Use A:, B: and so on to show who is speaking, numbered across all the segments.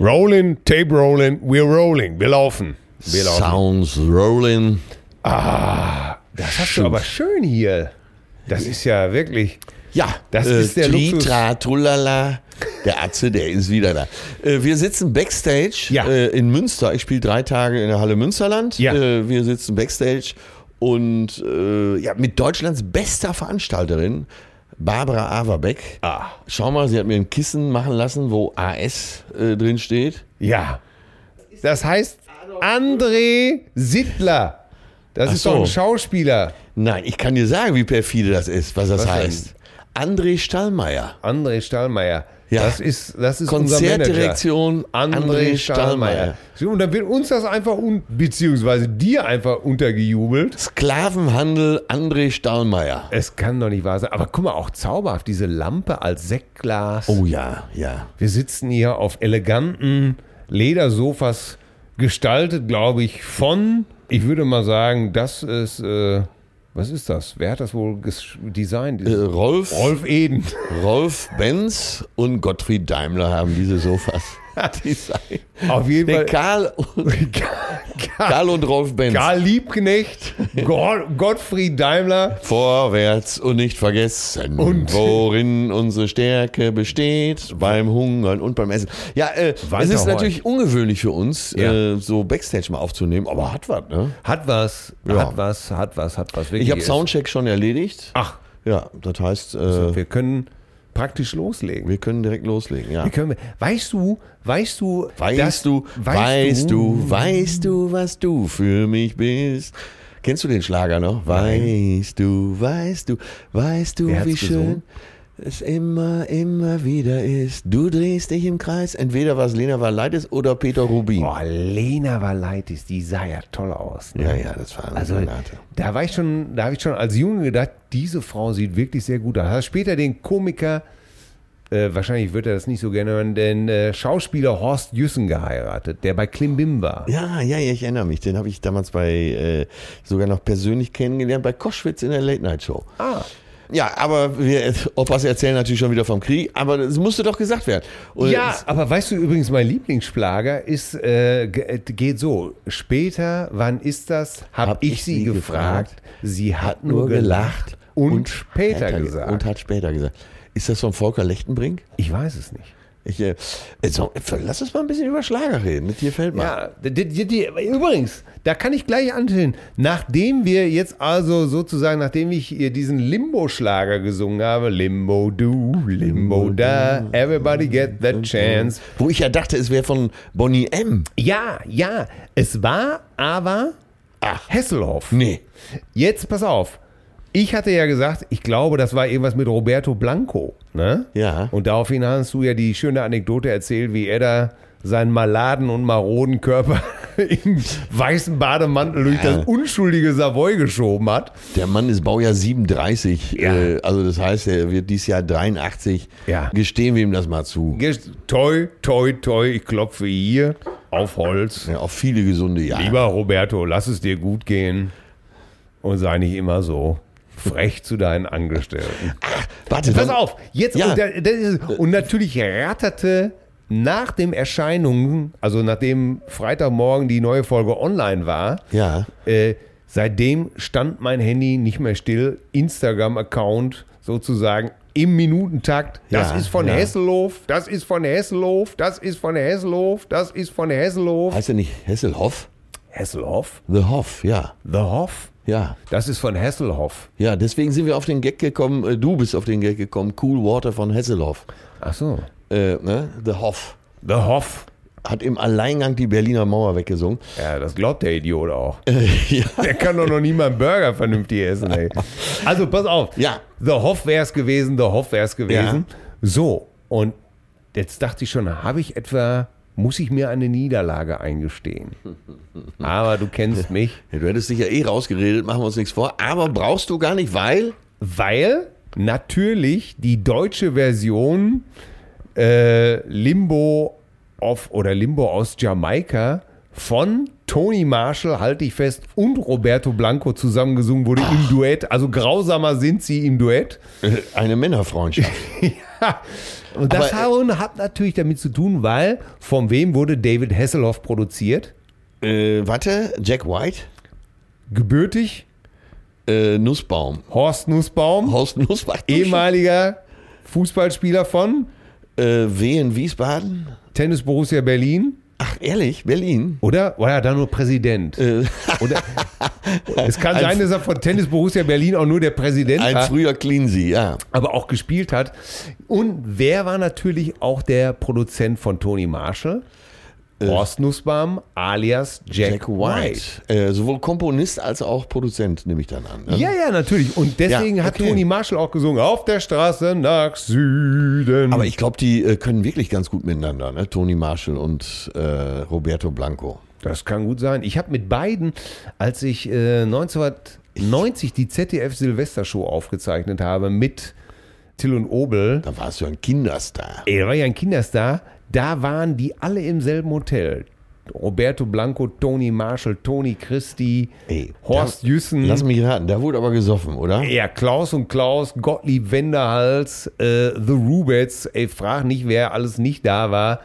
A: Rolling, Tape rolling, we're rolling. Wir laufen. Wir laufen.
B: Sounds rolling.
A: Das hast du aber schön hier. Das ist ja wirklich.
B: Ja,
A: Das ist der
B: tri,
A: Luxus.
B: tra, trulala. Der Atze, der ist wieder da. Äh, wir sitzen backstage
A: Ja.
B: äh, in Münster. Ich spiele drei Tage in der Halle Münsterland.
A: Ja.
B: Äh, wir sitzen backstage und äh, ja, mit Deutschlands bester Veranstalterin, Barbara Averbeck.
A: Ah.
B: Schau mal, sie hat mir ein Kissen machen lassen, wo AS äh, drin steht.
A: Ja. Das heißt André Sittler. Das
B: Ach
A: ist doch ein
B: so.
A: Schauspieler.
B: Nein, ich kann dir sagen, wie perfide das ist, was das
A: Was denn?
B: heißt. André Stallmeier.
A: André Stahlmeier.
B: Ja.
A: Das ist, das ist unser Manager.
B: Konzertdirektion André Stallmeier.
A: So, und dann wird uns das einfach, un beziehungsweise dir einfach untergejubelt.
B: Sklavenhandel André Stahlmeier.
A: Es kann doch nicht wahr sein. Aber guck mal, auch zauberhaft, diese Lampe als Sektglas.
B: Oh ja, ja.
A: Wir sitzen hier auf eleganten Ledersofas, gestaltet, glaube ich, von, ich würde mal sagen, das ist, äh, was ist das? Wer hat das wohl ges- designt?
B: Äh, Rolf, Rolf.
A: Rolf Eden.
B: Benz und Gottfried Daimler haben diese Sofas designt.
A: Auf jeden
B: Nee,
A: Fall.
B: Karl, und- Karl und Rolf Benz.
A: Karl Liebknecht, Gor- Gottfried Daimler.
B: Vorwärts und nicht vergessen,
A: Und-
B: worin unsere Stärke besteht, beim Hungern und beim Essen. Ja, äh, es
A: Walter
B: ist
A: Horn.
B: natürlich ungewöhnlich für uns,
A: Ja.
B: äh, so Backstage mal aufzunehmen, aber hat was, ne?
A: Hat was,
B: Ja.
A: hat was, hat was, hat was. Wirklich
B: Ich habe
A: ist-
B: Soundcheck schon erledigt.
A: Ach,
B: Ja, das heißt, äh,
A: wir können praktisch loslegen.
B: wir können direkt loslegen, ja.
A: Wir können, weißt du, weißt du,
B: Weißt
A: dass-
B: du, weißt du, weißt du, was du für mich bist. Kennst du den Schlager noch? Weißt du, weißt du, weißt du,
A: Wer hat's
B: wie schön
A: gesungen?
B: es immer, immer wieder ist. Du drehst dich im Kreis. Entweder was Lena Waleitis oder Peter Rubin.
A: Boah, Oh, Lena Valaitis, die sah ja toll aus. Ne?
B: Ja, ja, das war eine
A: Also,
B: Granate.
A: da war ich schon, da habe ich schon als Junge gedacht, diese Frau sieht wirklich sehr gut aus. Hat später den Komiker, äh, wahrscheinlich wird er das nicht so gerne hören, den äh, Schauspieler Horst Jüssen geheiratet, der bei Klimbim war.
B: Ja, ja, ja, ich erinnere mich. Den habe ich damals bei äh, sogar noch persönlich kennengelernt bei Koschwitz in der Late Night Show.
A: Ah.
B: Ja, aber wir Opas erzählen natürlich schon wieder vom Krieg, aber es musste doch gesagt werden. Und
A: Ja,
B: es-
A: aber weißt du übrigens, mein Lieblingsschlager ist, äh, ge- äh, geht so, später, wann ist das, hab,
B: Hab
A: ich sie gefragt, sie hat nur gelacht und, später
B: ge-
A: gesagt.
B: Und hat später gesagt. Ist das von Volker Lechtenbrink?
A: ich weiß es nicht.
B: Ich, äh, so, lass uns mal ein bisschen über Schlager reden. Mit dir fällt mal.
A: Ja, die, die, die, übrigens, da kann ich gleich antillen. Nachdem wir jetzt also sozusagen, nachdem ich ihr diesen Limbo-Schlager gesungen habe, Limbo do, Limbo da, everybody get the chance.
B: Wo ich ja dachte, es wäre von Bonnie M.
A: Ja, ja, es war aber
B: Ach.
A: Hesselhoff.
B: Nee.
A: Jetzt pass auf. Ich hatte ja gesagt, ich glaube, das war irgendwas mit Roberto Blanco. Ne?
B: Ja.
A: Und daraufhin hast du ja die schöne Anekdote erzählt, wie er da seinen maladen und maroden Körper im weißen Bademantel durch das unschuldige Savoy geschoben hat.
B: Der Mann ist Baujahr 37.
A: Ja.
B: Äh, also das heißt, er wird dieses Jahr 83.
A: Ja.
B: Gestehen wir ihm das mal zu.
A: Gest- Toi, toi, toi, ich klopfe hier auf Holz.
B: Ja, auch viele gesunde Jahre.
A: Lieber Roberto, lass es dir gut gehen und sei nicht immer so frech zu deinen Angestellten.
B: Warte,
A: Pass
B: dann-
A: auf, jetzt
B: Ja.
A: und, da- das ist, und natürlich ratterte nach dem Erscheinung, also nachdem Freitagmorgen die neue Folge online war,
B: Ja.
A: äh, seitdem stand mein Handy nicht mehr still, Instagram-Account sozusagen im Minutentakt. Das
B: Ja,
A: ist von
B: ja.
A: Hesselhof, das ist von Hesselhof, das ist von Hesselhof, das ist von Hesselhof.
B: Heißt er nicht Hesselhoff?
A: Hesselhoff?
B: The Hoff, ja.
A: The Hoff?
B: Ja.
A: Das ist von Hesselhoff.
B: Ja, deswegen sind wir auf den Gag gekommen, äh, du bist auf den Gag gekommen, Cool Water von Hesselhoff.
A: Ach so.
B: Äh, ne? The Hoff.
A: The Hoff.
B: Hat im Alleingang die Berliner Mauer weggesungen. Äh,
A: Ja, das glaubt der Idiot auch.
B: ja.
A: Der kann doch noch nie mal einen Burger vernünftig essen, ey. Also pass auf.
B: Ja.
A: The Hoff wär's gewesen, The Hoff wär's gewesen. So, und jetzt dachte ich schon, habe ich etwa, muss ich mir eine Niederlage eingestehen? Aber du kennst mich.
B: Ja, Du hättest dich ja eh rausgeredet, machen wir uns nichts vor. Aber brauchst du gar nicht, weil.
A: Weil natürlich die deutsche Version äh, Limbo auf oder Limbo aus Jamaika von Tony Marshall, halte ich fest, und Roberto Blanco zusammengesungen wurde im Duett. Also grausamer sind sie im Duett.
B: äh, Eine Männerfreundschaft.
A: Und das
B: Aber, äh,
A: hat- hat natürlich damit zu tun, weil von wem wurde David Hasselhoff produziert?
B: äh, warte, Jack White,
A: Gebürtig
B: äh, Nussbaum.
A: Horst Nussbaum,
B: Horst Nussbaum.
A: ehemaliger Fußballspieler von
B: Äh, Wehen Wiesbaden.
A: Tennis Borussia Berlin.
B: Ach, ehrlich, Berlin.
A: Oder war er da nur Präsident?
B: Äh.
A: Oder, es kann
B: Ein-
A: sein, dass er von Tennis Borussia Berlin auch nur der Präsident
B: Ein
A: war,
B: früher Cleansy, ja.
A: aber auch gespielt hat. Und wer war natürlich auch der Produzent von Tony Marshall? Horst Nussbaum alias Jack,
B: Äh. Jack
A: White.
B: White. Äh, sowohl Komponist als auch Produzent, nehme ich dann an. ne?
A: Ja, ja, natürlich. Und deswegen hat
B: okay.
A: Tony Marshall auch gesungen, auf der Straße nach Süden.
B: Aber ich glaube, die äh, können wirklich ganz gut miteinander, ne? Toni Marshall und äh, Roberto Blanco.
A: Das kann gut sein. Ich habe mit beiden, als ich äh, 1990 die ZDF Silvestershow aufgezeichnet habe mit Till und Obel,
B: Da warst du ein Kinderstar.
A: ey, da war ja ein Kinderstar, da waren die alle im selben Hotel. Roberto Blanco, Tony Marshall, Toni Christi,
B: Ey,
A: Horst
B: da-
A: Jüssen,
B: Lass mich raten, da wurde aber gesoffen, oder?
A: ja, Klaus und Klaus, Gottlieb Wenderhals, äh, The Rubets, ey, frag nicht, wer alles nicht da war.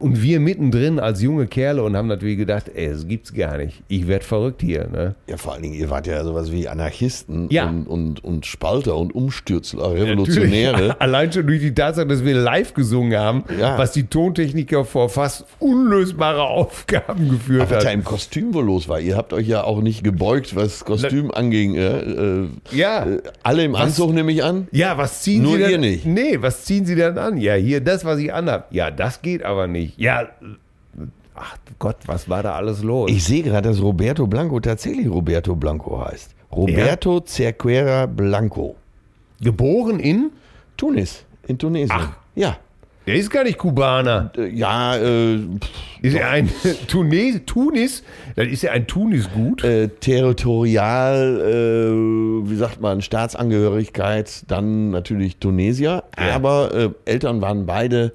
A: Und wir mittendrin als junge Kerle und haben natürlich gedacht, ey, das gibt's gar nicht. Ich werd verrückt hier, ne?
B: Ja, vor allen Dingen, ihr wart ja sowas wie Anarchisten
A: Ja.
B: und, und, und Spalter und Umstürzler, Revolutionäre.
A: Natürlich. Allein schon durch die Tatsache, dass wir live gesungen haben,
B: Ja.
A: was die Tontechniker vor fast unlösbare Aufgaben geführt
B: Was da
A: hat.
B: im Kostüm wohl los war. Ihr habt euch ja auch nicht gebeugt, was Kostüm anging. Äh, äh,
A: Ne. Ja.
B: Äh, alle im Anzug nehme ich an.
A: Ja, was ziehen
B: Nur
A: Sie denn?
B: ihr nicht.
A: Nee, was ziehen Sie denn an? Ja, hier das, was ich anhab. Ja, das geht aber nicht. Ja, ach Gott, was war da alles los?
B: Ich sehe gerade, dass Roberto Blanco tatsächlich Roberto Blanco heißt. Roberto Cerquera Blanco.
A: Geboren in?
B: Tunis, in Tunesien.
A: Ach.
B: Ja.
A: Der ist gar nicht Kubaner.
B: Äh, Ja, äh, pff,
A: Ist er ein Tunis? Tunis? Dann ist er ein Tunisgut.
B: äh, territorial, äh, wie sagt man, Staatsangehörigkeit, dann natürlich Tunesier.
A: Ja.
B: Aber äh, Eltern waren beide,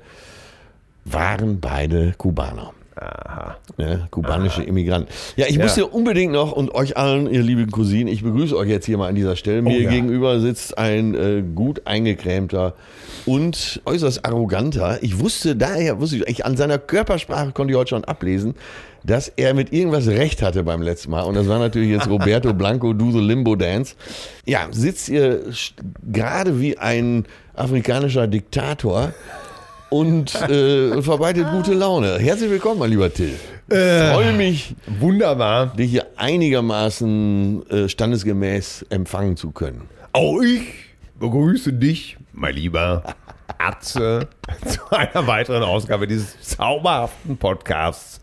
B: waren beide Kubaner.
A: Aha.
B: Ne, kubanische Immigranten. Ja, ich muss
A: Ja.
B: hier unbedingt noch und euch allen, ihr lieben Cousinen, ich begrüße euch jetzt hier mal an dieser Stelle. Mir
A: ja.
B: gegenüber sitzt ein äh, gut eingecremter und äußerst arroganter. Ich wusste daher, wusste ich, ich, an seiner Körpersprache konnte ich heute schon ablesen, dass er mit irgendwas recht hatte beim letzten Mal. Und das war natürlich jetzt Roberto Blanco, Do the Limbo Dance. Ja, sitzt ihr sch- gerade wie ein afrikanischer Diktator. Und äh, verbreitet gute Laune. Herzlich willkommen, mein lieber Till. Freue mich,
A: Wunderbar.
B: dich hier einigermaßen äh, standesgemäß empfangen zu können.
A: Auch ich begrüße dich, mein lieber Atze, zu einer weiteren Ausgabe dieses zauberhaften Podcasts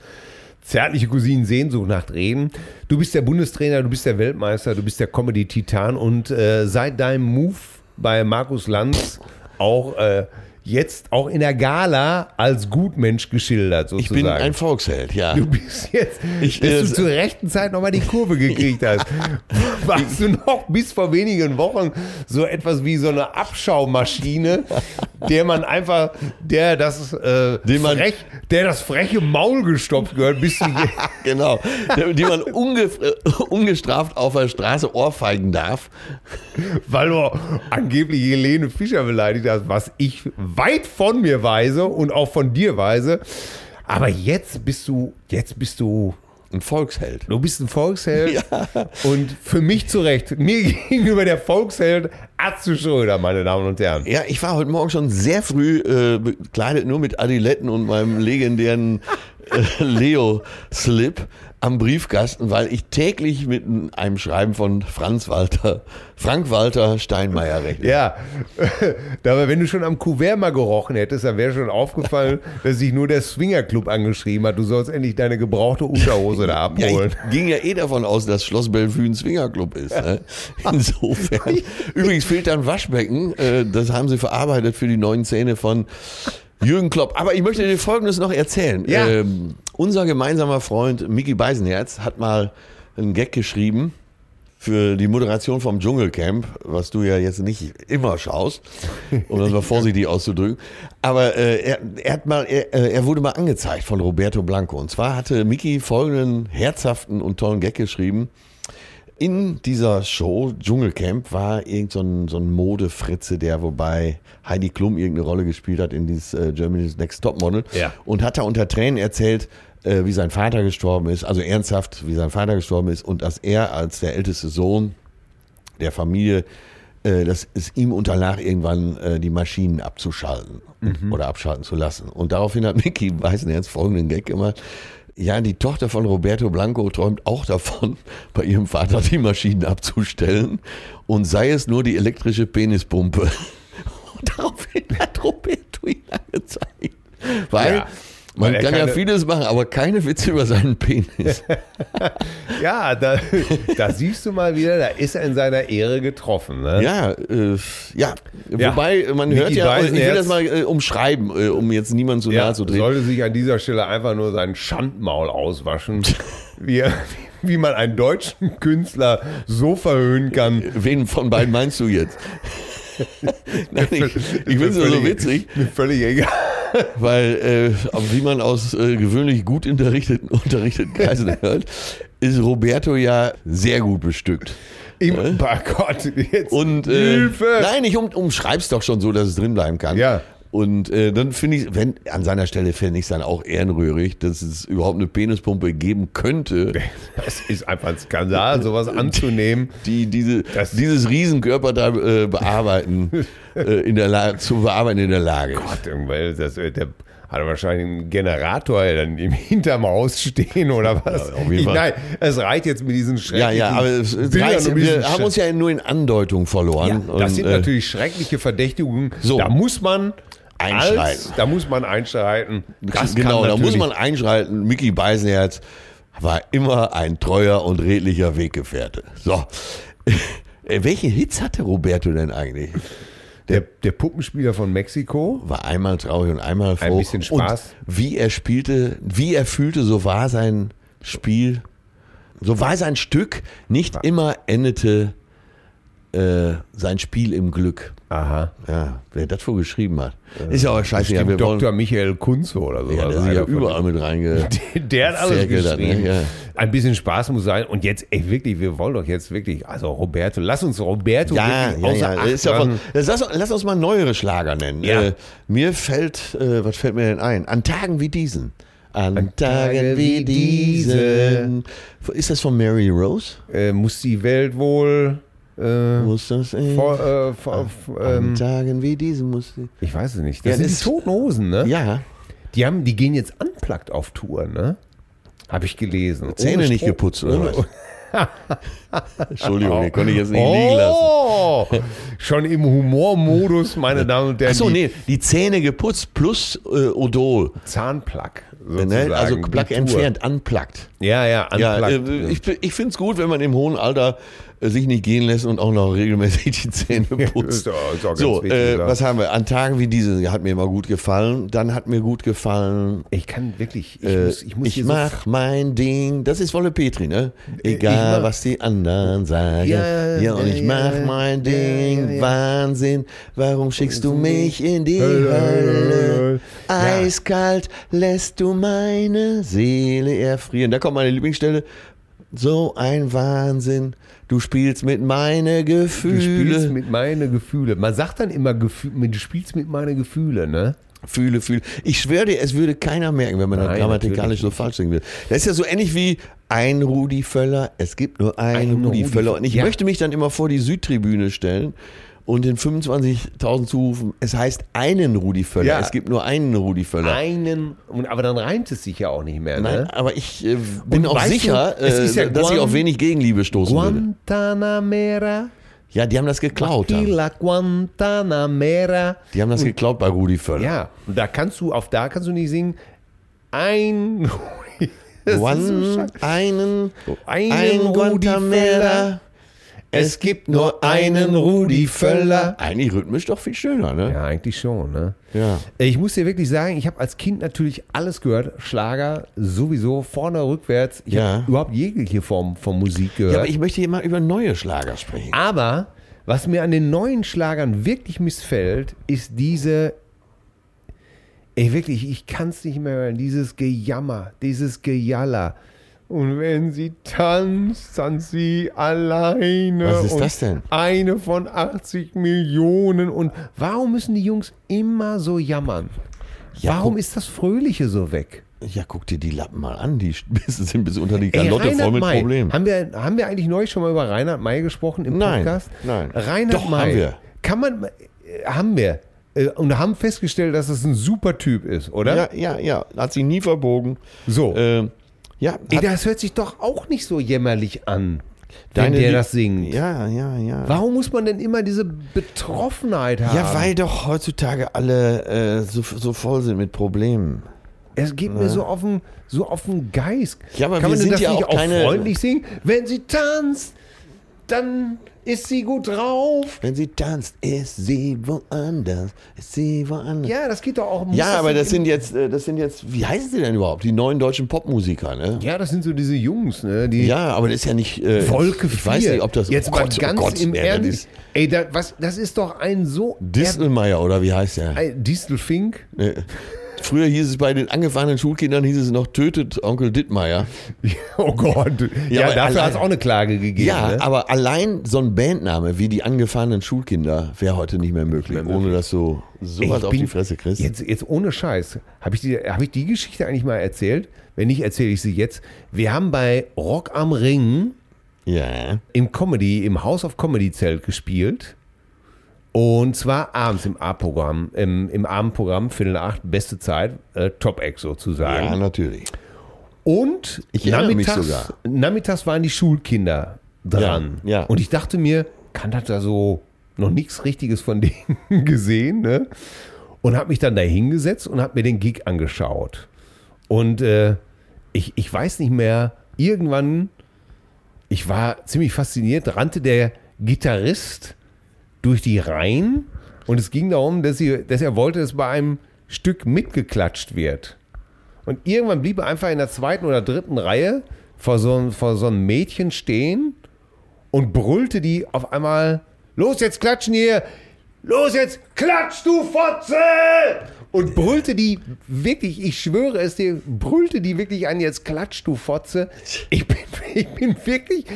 A: Zärtliche Cousinen Sehnsucht nach Reden. Du bist der Bundestrainer, du bist der Weltmeister, du bist der Comedy-Titan und äh, seit deinem Move bei Markus Lanz auch äh, jetzt auch in der Gala als Gutmensch geschildert
B: Ich bin
A: sozusagen.
B: ein Volksheld, ja.
A: Du bist jetzt,
B: Ich-
A: dass
B: das-
A: du zur rechten Zeit nochmal die Kurve gekriegt hast. Warst du noch bis vor wenigen Wochen so etwas wie so eine Abschaumaschine, der man einfach, der das, äh,
B: Den man-
A: frech, der das freche Maul gestopft gehört, bis du je-
B: Genau. Die die man unge äh, ungestraft auf der Straße ohrfeigen darf.
A: weil du angeblich Helene Fischer beleidigt hast, was ich weit von mir weise und auch von dir weise. Aber jetzt bist du, jetzt bist du
B: Ein Volksheld.
A: Du bist ein Volksheld. Und für mich zu Recht, mir gegenüber der Volksheld Atze Schröder, meine Damen und Herren.
B: Ja, ich war heute Morgen schon sehr früh äh, bekleidet, nur mit Adiletten und meinem legendären äh, Leo-Slip am Briefkasten, weil ich täglich mit einem Schreiben von Franz Walter, Frank Walter Steinmeier rechne.
A: Ja, dabei, wenn du schon am Kuvert mal gerochen hättest, dann wäre schon aufgefallen, dass sich nur der Swingerclub angeschrieben hat. Du sollst endlich deine gebrauchte Unterhose da
B: Ja,
A: abholen.
B: ich ging ja eh davon aus, dass Schloss Bellevue ein Swingerclub ist. Ne? Insofern. Übrigens fehlt da ein Waschbecken. äh, Das haben sie verarbeitet für die neuen Zähne von Jürgen Klopp. Aber ich möchte dir Folgendes noch erzählen.
A: Ja.
B: Ähm, unser gemeinsamer Freund Mickey Beisenherz hat mal einen Gag geschrieben für die Moderation vom Dschungelcamp, was du ja jetzt nicht immer schaust, um das mal vorsichtig auszudrücken. Aber äh, er, er, hat mal, er, äh, er wurde mal angezeigt von Roberto Blanco. Und zwar hatte Mickey folgenden herzhaften und tollen Gag geschrieben. In dieser Show Dschungelcamp war irgend so ein, so ein Modefritze, der wobei Heidi Klum irgendeine Rolle gespielt hat in dieses äh, Germany's Next Topmodel
A: Ja.
B: und hat da unter Tränen erzählt, äh, wie sein Vater gestorben ist, also ernsthaft, wie sein Vater gestorben ist und dass er als der älteste Sohn der Familie, äh, dass es ihm unterlag, irgendwann äh, die Maschinen abzuschalten
A: Mhm.
B: oder abschalten zu lassen. Und daraufhin hat Mickey Weißenherz folgenden Gag gemacht. Ja, die Tochter von Roberto Blanco träumt auch davon, bei ihrem Vater die Maschinen abzustellen und sei es nur die elektrische Penispumpe. Und daraufhin hat Roberto ihn angezeigt. Weil
A: Ja,
B: man
A: weil er
B: kann ja
A: keine-
B: vieles machen, aber keine Witze über seinen Penis.
A: Ja, da, da siehst du mal wieder, da ist er in seiner Ehre getroffen. Ne?
B: Ja, äh, ja.
A: Ja.
B: Wobei, man
A: Mickey
B: hört ja, ich will
A: Beisenherz.
B: das mal äh, umschreiben, äh, um jetzt niemanden zu nahe zu treten.
A: sollte sich an dieser Stelle einfach nur sein Schandmaul auswaschen, wie, er- wie man einen deutschen Künstler so verhöhnen kann.
B: Wen von beiden meinst du jetzt? Nein, ich, ich finde es
A: Mir
B: nur so
A: völlig-
B: witzig,
A: Mir völlig egal.
B: weil, äh, aber wie man aus äh, gewöhnlich gut unterrichteten, unterrichteten Kreisen hört, ist Roberto ja sehr gut bestückt.
A: Ich, Bei Gott, jetzt.
B: Und äh,
A: Hilfe!
B: nein, ich um, umschreib's doch schon so, dass es drin bleiben kann.
A: Ja.
B: Und äh, dann finde ich, wenn an seiner Stelle fände ich es dann auch ehrenrührig, dass es überhaupt eine Penispumpe geben könnte,
A: Das ist einfach ein Skandal, sowas anzunehmen.
B: die diese,
A: Das-
B: dieses Riesenkörper da äh, bearbeiten, äh, in der La zu bearbeiten in der Lage.
A: Gott, irgendwann, das, äh, der hat er wahrscheinlich einen Generator dann im hinterm Haus stehen oder was?
B: Ja, auf jeden
A: ich,
B: Fall.
A: nein, es reicht jetzt mit diesen schrecklichen
B: Ja, ja, aber es, es
A: Bildern
B: reicht,
A: und diesen
B: wir haben uns ja nur in Andeutung verloren.
A: Ja, das
B: Und,
A: sind
B: äh,
A: natürlich schreckliche Verdächtigungen.
B: so.
A: Da muss man
B: Einschreiten.
A: Als, da muss man einschreiten. Das
B: genau,
A: kann
B: da muss
A: natürlich-
B: man einschreiten. Mickey Beisenherz war immer ein treuer und redlicher Weggefährte. So. Äh, Welche Hits hatte Roberto denn eigentlich?
A: Der, der Puppenspieler von Mexiko.
B: War einmal traurig und einmal froh.
A: Ein bisschen Spaß.
B: Und wie er spielte, wie er fühlte, so war sein Spiel, so war sein Stück. Nicht immer endete äh, sein Spiel im Glück.
A: Aha.
B: Ja, wer das wohl geschrieben hat. Ist ja auch scheiße. Ja,
A: Stimmt,
B: wir wollen,
A: Dr. Michael Kunze oder so. Also
B: ja, das ist ja überall mit reinge.
A: Der hat alles
B: Sehr geil,
A: geschrieben.
B: ne? Ja.
A: Ein bisschen Spaß muss sein. Und jetzt, ey, wirklich, wir wollen doch jetzt wirklich, also Roberto, lass uns Roberto
B: Ja,
A: wirklich
B: ja,
A: außer
B: ja.
A: Acht
B: Das Ist ja von,
A: lassen.
B: das lass, lass uns mal neuere Schlager nennen.
A: Ja.
B: Äh, mir fällt, äh, was fällt mir denn ein? An Tagen wie diesen. An,
A: Tagen
B: Tagen wie
A: wie diesen.
B: diesen. Ist das von Mary Rose?
A: äh, muss die Welt wohl äh,
B: Muss das äh,
A: vor, äh, vor,
B: An
A: ähm,
B: Tagen wie diesen muss sie-
A: ich weiß es nicht.
B: Ja,
A: Das sind
B: das
A: die
B: ist-
A: Toten Hosen, ne?
B: Ja,
A: Die, haben, die gehen jetzt unplugged auf Tour, ne? Habe ich gelesen.
B: Zähne
A: Ohne
B: nicht
A: Strom.
B: geputzt, oder was? Entschuldigung, den konnte ich jetzt nicht liegen lassen.
A: Oh, schon im Humormodus, meine Damen und Herren.
B: Achso,
A: die
B: nee, die Zähne geputzt plus äh, Odol.
A: Zahnplug. sozusagen.
B: Ne? Also
A: die
B: Plug
A: Tour.
B: entfernt, unplugged.
A: Ja, ja,
B: Ja,
A: unplugged.
B: äh, ich, ich finde es gut, wenn man im hohen Alter äh, sich nicht gehen lässt und auch noch regelmäßig die Zähne putzt.
A: ist auch- ist auch ganz
B: so,
A: wichtig,
B: äh,
A: ja.
B: was haben wir? An Tagen wie diese hat mir immer gut gefallen. Dann hat mir gut gefallen.
A: Ich kann wirklich, ich
B: äh,
A: muss, ich muss hier so- Äh,
B: mach mein Ding. Das ist Wolle Petri, ne? Egal,
A: mach-
B: was die anderen sagen.
A: Ja,
B: Ja, und
A: ja,
B: ich
A: ja,
B: mach mein
A: ja,
B: Ding.
A: ja, ja.
B: Wahnsinn. Warum schickst du mich in die
A: Hölle, Hölle.
B: Hölle?
A: Ja.
B: Eiskalt lässt du meine Seele erfrieren. Da kommt meine Lieblingsstelle. So ein Wahnsinn. Du spielst mit meine Gefühle.
A: Du spielst mit meine Gefühle. Man sagt dann immer, Gefühl, du spielst mit meine Gefühle, ne?
B: Fühle, fühle. Ich schwöre dir, es würde keiner merken, wenn man das
A: Nein, natürlich
B: grammatikalisch so falsch singen würde. Das ist ja so ähnlich wie ein Rudi Völler. Es gibt nur einen
A: Ein
B: Rudi
A: Rudi
B: Völler. Und ich
A: Ja.
B: möchte mich dann immer vor die Südtribüne stellen und den 25.000 zurufen. Es heißt einen Rudi Völler.
A: Ja.
B: Es gibt nur einen Rudi Völler.
A: Einen, und, aber dann reimt es sich ja auch nicht mehr,
B: Nein,
A: ne?
B: aber ich äh, bin
A: Und
B: auch
A: weißt du,
B: sicher,
A: es ist ja
B: äh, dass ich
A: Guan-
B: auf wenig Gegenliebe stoßen würde.
A: Guantanamera,
B: Ja, die haben das geklaut. Dann.
A: Tila Guantanamera.
B: Die haben das geklaut bei Rudi Völler.
A: Ja, und da kannst du, auf da kannst du nicht singen, ein, Das ist so
B: One,
A: scheiße.
B: einen,
A: einen
B: ein
A: Rudi Völler.
B: Guantanamera. Es gibt nur einen Rudi Völler. Eigentlich rhythmisch doch viel schöner, ne?
A: ja, eigentlich schon, ne?
B: Ja.
A: Ich muss dir wirklich sagen, ich habe als Kind natürlich alles gehört. Schlager sowieso, vorne, rückwärts. Ich
B: Ja.
A: habe überhaupt jegliche Form von Musik gehört.
B: Ja, aber ich möchte hier mal über neue Schlager sprechen.
A: Aber was mir an den neuen Schlagern wirklich missfällt, ist diese. Ey, wirklich, ich kann es nicht mehr hören. Dieses Gejammer, dieses Gejaller. Und wenn sie tanzt, tanzt sie alleine.
B: Was ist
A: und
B: das denn?
A: Eine von 80 Millionen. Und warum müssen die Jungs immer so jammern?
B: Ja,
A: warum
B: guck-
A: ist das Fröhliche so weg?
B: Ja, guck dir die Lappen mal an. Die sind bis unter die
A: Ey,
B: Galotte voll mit
A: May.
B: Problemen.
A: Haben wir, haben wir eigentlich neulich schon mal über Reinhard May gesprochen im
B: Nein,
A: Podcast?
B: nein.
A: Reinhard
B: Doch,
A: May.
B: haben wir.
A: Kann man, äh, haben wir. Äh, Und haben festgestellt, dass das ein super Typ ist, oder?
B: Ja, ja, ja. Hat sie nie verbogen.
A: So.
B: Ähm, ja,
A: Ey,
B: hat
A: das hört sich doch auch nicht so jämmerlich an, wenn
B: deine
A: der
B: Lie-
A: das singt.
B: Ja, ja, ja.
A: Warum muss man denn immer diese Betroffenheit haben?
B: Ja, weil doch heutzutage alle äh, so, so voll sind mit Problemen.
A: Es geht mir so auf den, so auf den Geist.
B: Ja, aber wir
A: Kann man denn
B: sind
A: das
B: ja
A: nicht
B: auch keine-
A: freundlich singen? Wenn sie tanzt, dann ist sie gut drauf.
B: Wenn sie tanzt, ist sie woanders. Ist sie woanders.
A: Ja, das genau geht doch auch. muss
B: Ja, aber
A: nicht
B: das sind jetzt, äh, das sind jetzt, wie heißen sie denn überhaupt? Die neuen deutschen Popmusiker, ne?
A: Ja, das sind so diese Jungs, ne? Die
B: Ja, aber das ist ja nicht. Äh,
A: Volke
B: Ich weiß
A: vier.
B: nicht, ob das.
A: jetzt
B: oh
A: mal
B: Gott,
A: ganz
B: oh Gott,
A: im
B: nee,
A: Ernst.
B: das
A: Ey, da, was, das ist doch ein so
B: Distelmeier oder wie heißt der?
A: Ey, Distelfink.
B: Nee. Früher hieß es bei den angefahrenen Schulkindern hieß es noch tötet Onkel Dittmeier.
A: Oh Gott. Ja,
B: Ja, aber
A: dafür
B: allein-
A: hat es auch eine Klage gegeben.
B: Ja,
A: ne?
B: aber allein so ein Bandname wie die angefahrenen Schulkinder wäre heute nicht mehr möglich, ohne dass du sowas
A: Ich
B: auf
A: bin-
B: die Fresse kriegst.
A: Jetzt, jetzt ohne Scheiß. Habe ich, die- hab ich die Geschichte eigentlich mal erzählt? Wenn nicht, erzähle ich sie jetzt. Wir haben bei Rock am Ring
B: Ja.
A: im Comedy, im House of Comedy Zelt gespielt. Und zwar abends im A-Programm, im, im Abendprogramm, Viertel nach acht, beste Zeit, äh, Top-Eck sozusagen.
B: Ja, natürlich.
A: Und
B: Ich erinnere mich
A: nachmittags,
B: sogar.
A: nachmittags waren die Schulkinder dran.
B: Ja, ja.
A: Und ich dachte mir, kann das da so noch nichts Richtiges von denen gesehen, ne? Und habe mich dann da hingesetzt und habe mir den Gig angeschaut. Und äh, ich, ich weiß nicht mehr, irgendwann, ich war ziemlich fasziniert, rannte der Gitarrist durch die Reihen und es ging darum, dass, sie, dass er wollte, dass bei einem Stück mitgeklatscht wird. Und irgendwann blieb er einfach in der zweiten oder dritten Reihe vor so, vor so einem Mädchen stehen und brüllte die auf einmal: Los, jetzt klatschen hier! Los, jetzt klatsch, du Fotze! Und brüllte die wirklich, ich schwöre es dir, brüllte die wirklich an: Jetzt klatsch, du Fotze! Ich bin, ich bin wirklich.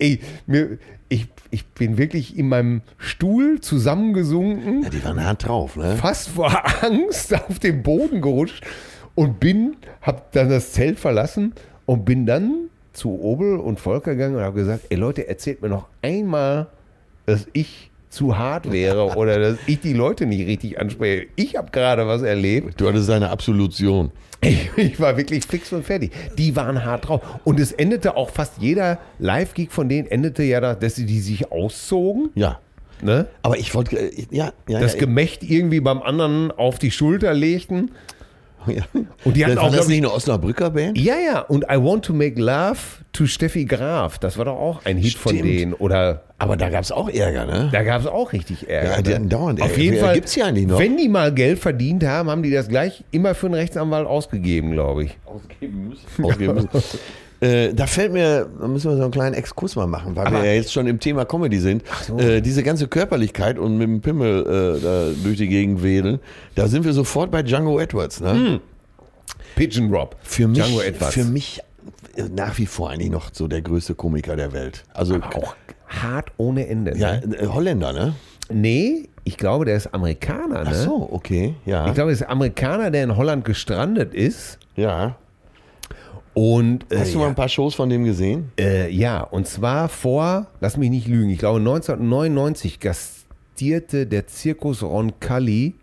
A: Ey, mir, ich, ich bin wirklich in meinem Stuhl zusammengesunken
B: Ja, die waren hart drauf, ne?
A: fast vor Angst auf den Boden gerutscht und bin, hab dann das Zelt verlassen und bin dann zu Obel und Volker gegangen und habe gesagt, ey Leute, erzählt mir noch einmal, dass ich zu hart wäre oder dass ich die Leute nicht richtig anspreche. Ich habe gerade was erlebt.
B: Du hattest deine Absolution.
A: Ich, ich war wirklich fix und fertig. Die waren hart drauf. Und es endete auch fast jeder Live-Gig von denen endete ja, da, dass sie die sich auszogen.
B: Ja.
A: Ne?
B: Aber ich wollte, äh, ja, ja.
A: das
B: Ah ja,
A: Gemächt irgendwie beim anderen auf die Schulter legten.
B: Ja.
A: Und die hatten
B: war
A: auch,
B: das
A: glaub ich-
B: nicht eine Osnabrücker Band?
A: Ja, ja, und I Want to Make Love to Steffi Graf. Das war doch auch ein Hit von
B: Stimmt.
A: denen. Oder
B: Aber da gab es auch Ärger, ne?
A: da gab es auch richtig Ärger.
B: Ja, die
A: ne?
B: hatten dauernd
A: Auf
B: Ärger.
A: jeden
B: Wer
A: Fall.
B: gibt's hier eigentlich noch?
A: Wenn die mal Geld verdient haben, haben die das gleich immer für einen Rechtsanwalt ausgegeben, glaube ich.
B: Ausgeben müssen. Ausgeben müssen. Äh, da fällt mir, da müssen wir so einen kleinen Exkurs mal machen, weil wir ja jetzt schon im Thema Comedy sind. Äh, diese ganze Körperlichkeit und mit dem Pimmel äh, da durch die Gegend wedeln, da sind wir sofort bei Django Edwards. Ne?
A: Pigeon Rob.
B: Für mich,
A: Hm. Django Edwards.
B: für mich äh, nach wie vor eigentlich noch so der größte Komiker der Welt. Also
A: auch hart ohne Ende. Ne?
B: ja, äh, Holländer, ne?
A: Nee, ich glaube, der ist Amerikaner. Ne?
B: Ach so, okay, ja,
A: Ich glaube, der ist Amerikaner, der in Holland gestrandet ist.
B: ja.
A: Und äh,
B: Hast du
A: ja.
B: mal ein paar Shows von dem gesehen?
A: Äh, ja, und zwar vor, lass mich nicht lügen, ich glaube 1999 gastierte der Zirkus Roncalli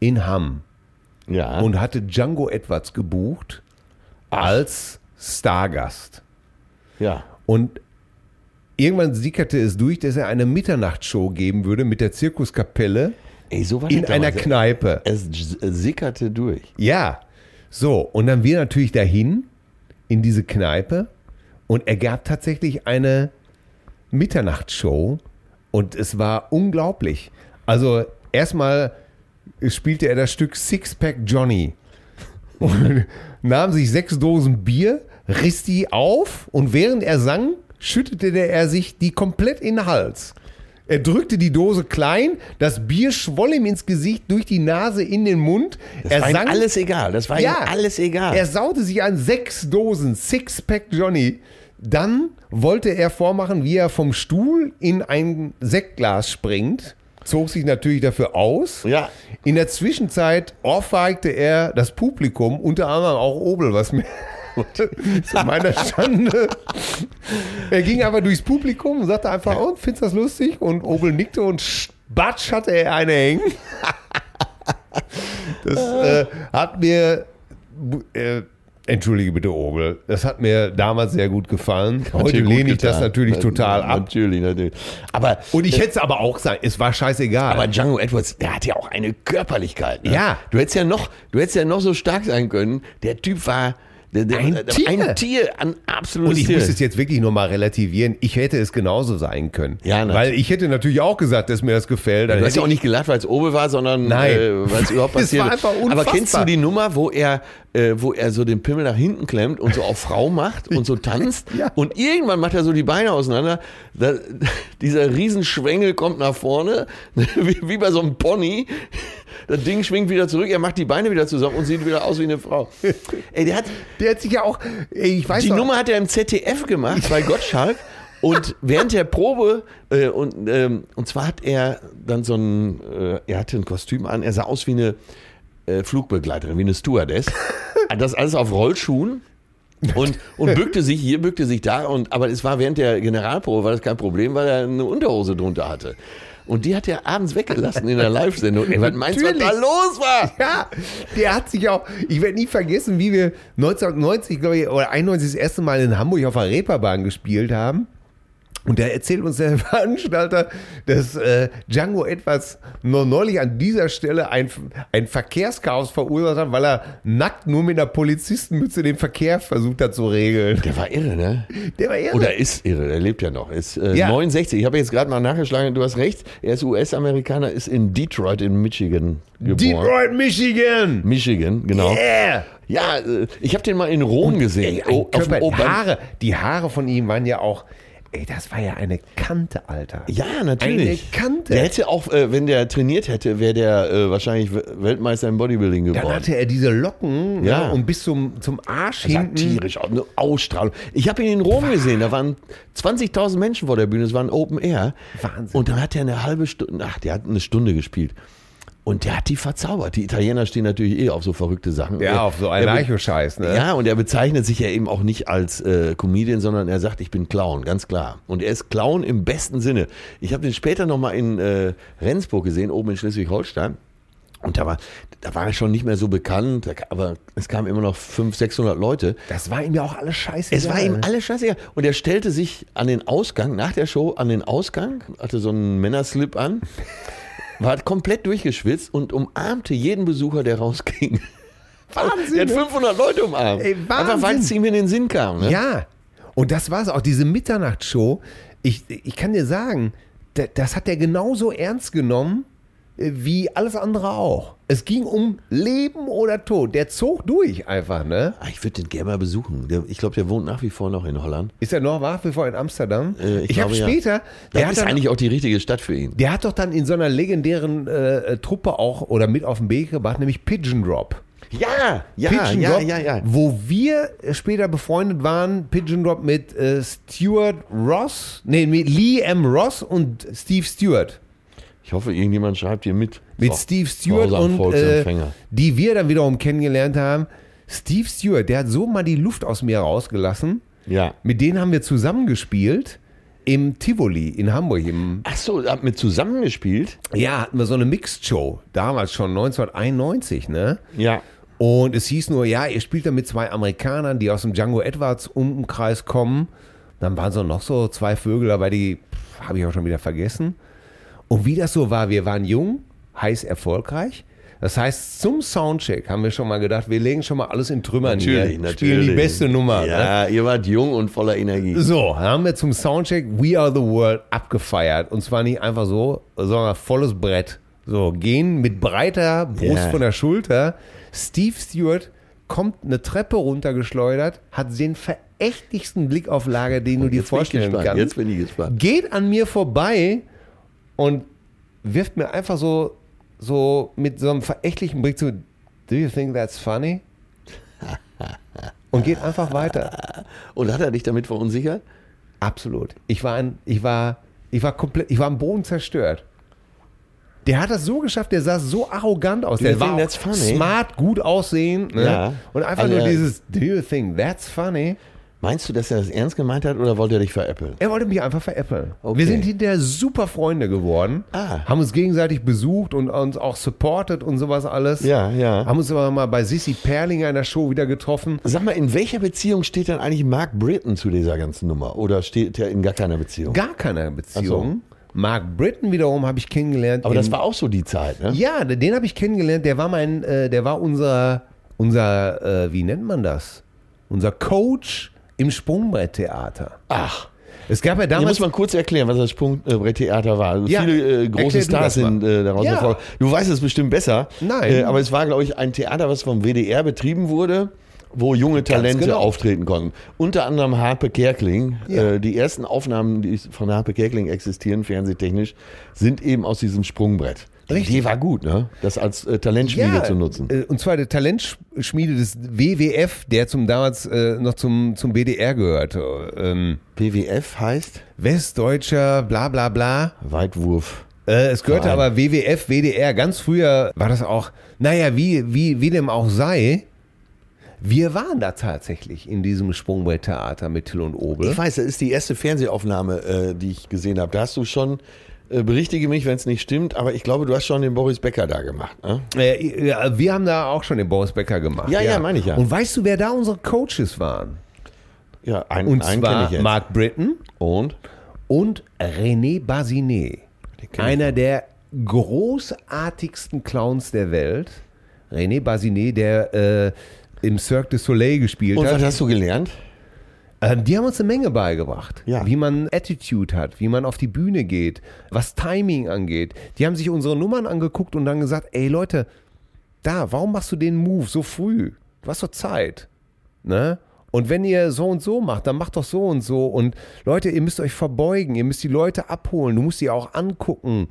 A: in Hamm
B: Ja.
A: und hatte Django Edwards gebucht als Stargast.
B: ja.
A: Und irgendwann sickerte es durch, dass er eine Mitternachtsshow geben würde mit der Zirkuskapelle
B: Ey, so war
A: in
B: das
A: einer
B: damals.
A: Kneipe.
B: Es sickerte durch.
A: Ja, so. Und dann wir natürlich dahin in diese Kneipe und er gab tatsächlich eine Mitternachtsshow und es war unglaublich. Also erstmal spielte er das Stück Sixpack Johnny und nahm sich sechs Dosen Bier, riss die auf und während er sang, schüttete der- er sich die komplett in den Hals. Er drückte die Dose klein, das Bier schwoll ihm ins Gesicht, durch die Nase, in den Mund. er
B: war ihm
A: sang
B: alles egal. Das war ihm alles egal.
A: er saute sich an sechs Dosen Sixpack Johnny. Dann wollte er vormachen, wie er vom Stuhl in ein Sektglas springt. Zog sich natürlich dafür aus.
B: Ja.
A: In der Zwischenzeit ohrfeigte er das Publikum, unter anderem auch Obel, was mir zu meiner Schande. Er ging einfach durchs Publikum und sagte einfach, oh, findest das lustig? Und Obel nickte und batsch hatte er eine hängen. Das äh, hat mir, bu- äh, entschuldige bitte Obel, das hat mir damals sehr gut gefallen. Heute
B: Hat dir gut
A: lehne ich das
B: getan. Äh,
A: natürlich total ab.
B: Natürlich, natürlich. Aber,
A: Und ich hätte es aber auch sagen, es war scheißegal.
B: aber Django Edwards, der hat ja auch eine Körperlichkeit. Ne?
A: Ja.
B: Du hättest ja noch, du hättest ja noch so stark sein können. Der Typ war der, der,
A: Ein
B: der,
A: Tier.
B: ein Tier, ein absolutes
A: Und ich
B: Tier.
A: muss es jetzt wirklich nochmal relativieren. Ich hätte es genauso sein können.
B: Ja, natürlich.
A: Weil ich hätte natürlich auch gesagt, dass mir das gefällt. Dann
B: Du
A: hätte
B: hast ja auch
A: Also ich-
B: nicht gelacht, weil es Obel war, sondern
A: Nein.
B: äh, weil es überhaupt
A: Es
B: passiert
A: war
B: ist.
A: einfach unfassbar.
B: Aber kennst du die Nummer, wo er, äh, wo er so den Pimmel nach hinten klemmt und so auf Frau macht und so tanzt?
A: Ja.
B: Und irgendwann macht er so die Beine auseinander. Da, dieser Riesenschwengel kommt nach vorne, wie, wie bei so einem Pony. Das Ding schwingt wieder zurück, er macht die Beine wieder zusammen und sieht wieder aus wie eine Frau. Ey, der hat,
A: Der hat sich ja auch, ey, ich weiß
B: die
A: noch,
B: Nummer hat er im ZDF gemacht bei Gottschalk. Und während der Probe, äh, und, ähm, und zwar hat er dann so ein, äh, er hatte ein Kostüm an, er sah aus wie eine äh, Flugbegleiterin, wie eine Stewardess. Das alles auf Rollschuhen und, und bückte sich hier, bückte sich da. Und, aber es war während der Generalprobe war das kein Problem, weil er eine Unterhose drunter hatte. Und die hat er abends weggelassen in der Live-Sendung. Ey, was meinst du, was da
A: Natürlich.
B: los war?
A: Ja, der hat sich auch, ich werde nie vergessen, wie wir 1990, glaube ich, oder 91 das erste Mal in Hamburg auf der Reeperbahn gespielt haben. Und da erzählt uns der Veranstalter, dass äh, Django etwas nur neulich an dieser Stelle ein, ein Verkehrschaos verursacht hat, weil er nackt nur mit einer Polizistenmütze den Verkehr versucht hat zu regeln.
B: Der war irre, ne?
A: Der war irre.
B: Oder ist irre, der lebt ja noch. Ist äh,
A: Ja.
B: 69. Ich habe jetzt gerade mal nachgeschlagen, du hast recht. Er ist US-Amerikaner, ist in Detroit in Michigan geboren.
A: Detroit, Michigan!
B: Michigan, genau.
A: Yeah!
B: Ja, äh, ich habe den mal in Rom gesehen.
A: Ey, äh, ein
B: Oh, auf dem
A: Körper, die
B: Opern-
A: Haare, die Haare von ihm waren ja auch, ey, das war ja eine Kante, Alter.
B: Ja, natürlich.
A: Eine Kante.
B: Der hätte auch, äh, wenn der trainiert hätte, wäre der äh, wahrscheinlich W- Weltmeister im Bodybuilding
A: Dann
B: geworden.
A: hatte er diese Locken
B: Ja.
A: ne, und bis zum, zum Arsch
B: Sah
A: hinten.
B: tierisch aus, eine Ausstrahlung. Ich habe ihn in Rom gesehen, da waren 20.000 Menschen vor der Bühne, es war ein Open Air.
A: Wahnsinn.
B: Und dann hat er eine halbe Stunde, ach, der hat eine Stunde gespielt. Und der hat die verzaubert. Die Italiener stehen natürlich eh auf so verrückte Sachen. Er-
A: Ja, auf so
B: er be-
A: Anarcho-Scheiß, ne?
B: Ja, und er bezeichnet sich ja eben auch nicht als äh, Comedian, sondern er sagt, ich bin Clown, ganz klar. Und er ist Clown im besten Sinne. Ich habe den später nochmal in äh, Rendsburg gesehen, oben in Schleswig-Holstein. Und da war, da war er schon nicht mehr so bekannt, da ka- aber es kamen immer noch 500, 600 Leute.
A: Das war ihm ja auch alles scheiße.
B: Es war ihm alles scheißegal. Und er stellte sich an den Ausgang, nach der Show an den Ausgang, hatte so einen Männerslip an, war komplett durchgeschwitzt und umarmte jeden Besucher, der rausging.
A: Wahnsinn,
B: Der hat
A: ne?
B: 500 Leute umarmt.
A: Ey, Wahnsinn.
B: Einfach weil es ihm in den Sinn kam. Ne?
A: Ja, und das war's auch, diese Mitternachtsshow. Ich, ich kann dir sagen, da, das hat er genauso ernst genommen äh, wie alles andere auch. Es ging um Leben oder Tod. Der zog durch einfach, ne?
B: Ah, Ich würde den gerne mal besuchen. Der, ich glaube, der wohnt nach wie vor noch in Holland.
A: Ist er noch nach wie vor in Amsterdam?
B: Äh, ich
A: ich habe
B: glaube, ja.
A: später, der
B: Das
A: hat,
B: ist
A: dann,
B: eigentlich auch die richtige Stadt für ihn.
A: der hat doch dann in so einer legendären äh, Truppe auch oder mit auf den Weg gebracht, nämlich Pigeon Drop.
B: Ja, ja,
A: Pigeon
B: ja,
A: Drop,
B: ja, ja.
A: wo wir später befreundet waren, Pigeon Drop mit äh, Stuart Ross, nee, mit Lee M. Ross und Steve Stewart.
B: Ich hoffe, irgendjemand schreibt hier mit.
A: Mit
B: So,
A: Steve Stewart
B: grausam
A: und äh,
B: Volksempfänger.
A: die wir dann wiederum kennengelernt haben. Steve Stewart, der hat so mal die Luft aus mir rausgelassen.
B: ja.
A: Mit denen haben wir zusammengespielt im Tivoli in Hamburg. Im,
B: Ach so, ihr habt mit zusammengespielt?
A: ja, hatten wir so eine Mixed Show, damals schon 1991, ne?
B: Ja.
A: Und es hieß nur, ja, ihr spielt da mit zwei Amerikanern, die aus dem Django Edwards Umkreis kommen. Dann waren so noch so zwei Vögel dabei, die habe ich auch schon wieder vergessen. Und wie das so war, wir waren jung, heiß erfolgreich. Das heißt, zum Soundcheck haben wir schon mal gedacht, wir legen schon mal alles in Trümmern
B: Natürlich,
A: hier,
B: natürlich.
A: spielen die beste Nummer. Ne?
B: Ja, ihr wart jung und voller Energie.
A: So, dann haben wir zum Soundcheck We Are the World abgefeiert. Und zwar nicht einfach so, sondern volles Brett. So, gehen mit breiter Brust
B: Ja.
A: von der Schulter. Steve Stewart kommt eine Treppe runtergeschleudert, hat den verächtlichsten Blick auf Lager, den du
B: Jetzt
A: dir
B: bin ich
A: vorstellen
B: gespannt,
A: kannst.
B: Jetzt bin ich gespannt.
A: Geht an mir vorbei und wirft mir einfach so, so mit so einem verächtlichen Blick zu, do you think that's funny? Und geht einfach weiter.
B: Und hat er dich damit verunsichert?
A: Absolut. Ich war, ein, ich war, ich war komplett, ich war am Boden zerstört. Der hat das so geschafft, der sah so arrogant aus.
B: Do you
A: Der war
B: think
A: auch
B: that's funny?
A: smart, gut aussehend. Ne?
B: Ja.
A: Und einfach
B: Also,
A: nur
B: äh,
A: dieses, do you think that's funny?
B: Meinst du, dass er das ernst gemeint hat oder wollte er dich veräppeln?
A: Er wollte mich einfach veräppeln.
B: Okay.
A: Wir sind hinterher super Freunde geworden.
B: Ah.
A: Haben uns gegenseitig besucht und uns auch supportet und sowas alles.
B: Ja, ja.
A: Haben uns aber mal bei Sissy Perlinger in der Show wieder getroffen.
B: Sag mal, in welcher Beziehung steht dann eigentlich Mark Britton zu dieser ganzen Nummer? Oder steht er in gar keiner Beziehung?
A: Gar keiner Beziehung. Mark Britton wiederum habe ich kennengelernt.
B: Aber
A: in-
B: das war auch so die Zeit, ne?
A: Ja, den habe ich kennengelernt. Der war mein, äh, der war unser, unser, äh, wie nennt man das? Unser Coach im Sprungbretttheater.
B: Ach.
A: Es gab ja
B: Hier muss
A: damals.
B: man kurz erklären, was das Sprungbretttheater war. Also
A: Ja,
B: viele äh,
A: erklär
B: große
A: du
B: Stars
A: das mal.
B: sind äh, daraus
A: Ja.
B: hervor. Du weißt es bestimmt besser.
A: Nein.
B: Äh, aber es war, glaube ich, ein Theater, was vom WDR betrieben wurde, wo junge Talente
A: genau.
B: auftreten konnten. Unter anderem Harpe Kerkling.
A: Ja.
B: Äh, die ersten Aufnahmen, die von Harpe Kerkling existieren, fernsehtechnisch, sind eben aus diesem Sprungbrett.
A: Richtig.
B: Die war gut, ne? Das als äh, Talentschmiede zu nutzen.
A: äh, Und zwar der Talentschmiede des WWF, der zum damals äh, noch zum, zum BDR gehörte. Ähm,
B: PWF heißt
A: Westdeutscher, bla bla bla.
B: Weitwurf.
A: Äh, es gehörte
B: Verein.
A: aber WWF, WDR. Ganz früher war das auch, naja, wie, wie, wie dem auch sei. Wir waren da tatsächlich in diesem Sprungbretttheater mit Till und Obel.
B: Ich weiß, das ist die erste Fernsehaufnahme, äh, die ich gesehen habe. Da hast du schon, äh, berichtige mich, wenn es nicht stimmt, aber ich glaube, du hast schon den Boris Becker da gemacht. Ne?
A: Äh, ja, wir haben da auch schon den Boris Becker gemacht.
B: Ja, ja, meine ich ja.
A: Und weißt du, wer da unsere Coaches waren?
B: Ja, einen,
A: Und
B: einen kenn ich
A: zwar
B: jetzt.
A: Mark Britton
B: Und?
A: und René Basinet.
B: Den kenn ich
A: Einer der großartigsten Clowns der Welt. René Basinet, der äh, im Cirque du Soleil gespielt
B: Und
A: hat.
B: was hast du gelernt?
A: Ähm, die haben uns eine Menge beigebracht,
B: Ja.
A: wie man Attitude hat, wie man auf die Bühne geht, was Timing angeht. Die haben sich unsere Nummern angeguckt und dann gesagt, ey Leute, da, warum machst du den Move so früh? Du hast doch Zeit. Ne? Und wenn ihr so und so macht, dann macht doch so und so. Und Leute, ihr müsst euch verbeugen, ihr müsst die Leute abholen, du musst sie auch angucken.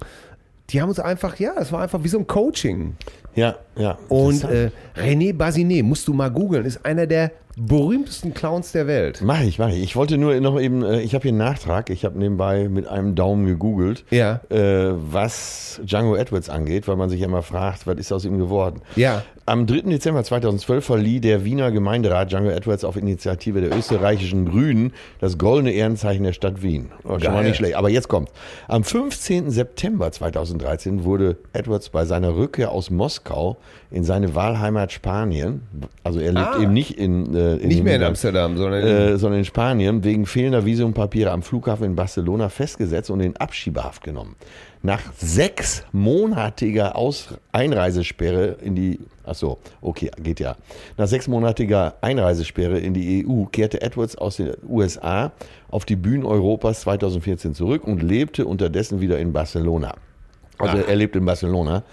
A: Die haben uns einfach, ja, es war einfach wie so ein Coaching.
B: Ja, ja.
A: Und
B: Interessant.
A: äh, René Basinet, musst du mal googeln, ist einer der berühmtesten Clowns der Welt.
B: Mach ich, mach ich. Ich wollte nur noch eben, äh, ich habe hier einen Nachtrag, ich habe nebenbei mit einem Daumen gegoogelt,
A: Ja.
B: äh, was Django Edwards angeht, weil man sich ja immer fragt, was ist aus ihm geworden.
A: Ja.
B: Am 3. Dezember 2012 verlieh der Wiener Gemeinderat Django Edwards auf Initiative der österreichischen Grünen das goldene Ehrenzeichen der Stadt Wien. Oh, schon mal
A: Geil.
B: nicht schlecht. Aber jetzt kommt. Am 15. September 2013 wurde Edwards bei seiner Rückkehr aus Moskau in seine Wahlheimat Spanien, also er lebt
A: Ah.
B: eben nicht in, äh, in
A: Nicht
B: den
A: mehr in
B: Niederlanden.
A: Amsterdam, sondern in
B: Äh, sondern in Spanien wegen fehlender Visumpapiere am Flughafen in Barcelona festgesetzt und in Abschiebehaft genommen. nach sechsmonatiger Aus Einreisesperre in die, ach so, okay, geht ja. Nach sechsmonatiger Einreisesperre in die EU kehrte Edwards aus den USA auf die Bühnen Europas 2014 zurück und lebte unterdessen wieder in Barcelona. Also
A: Ah.
B: er lebt in Barcelona.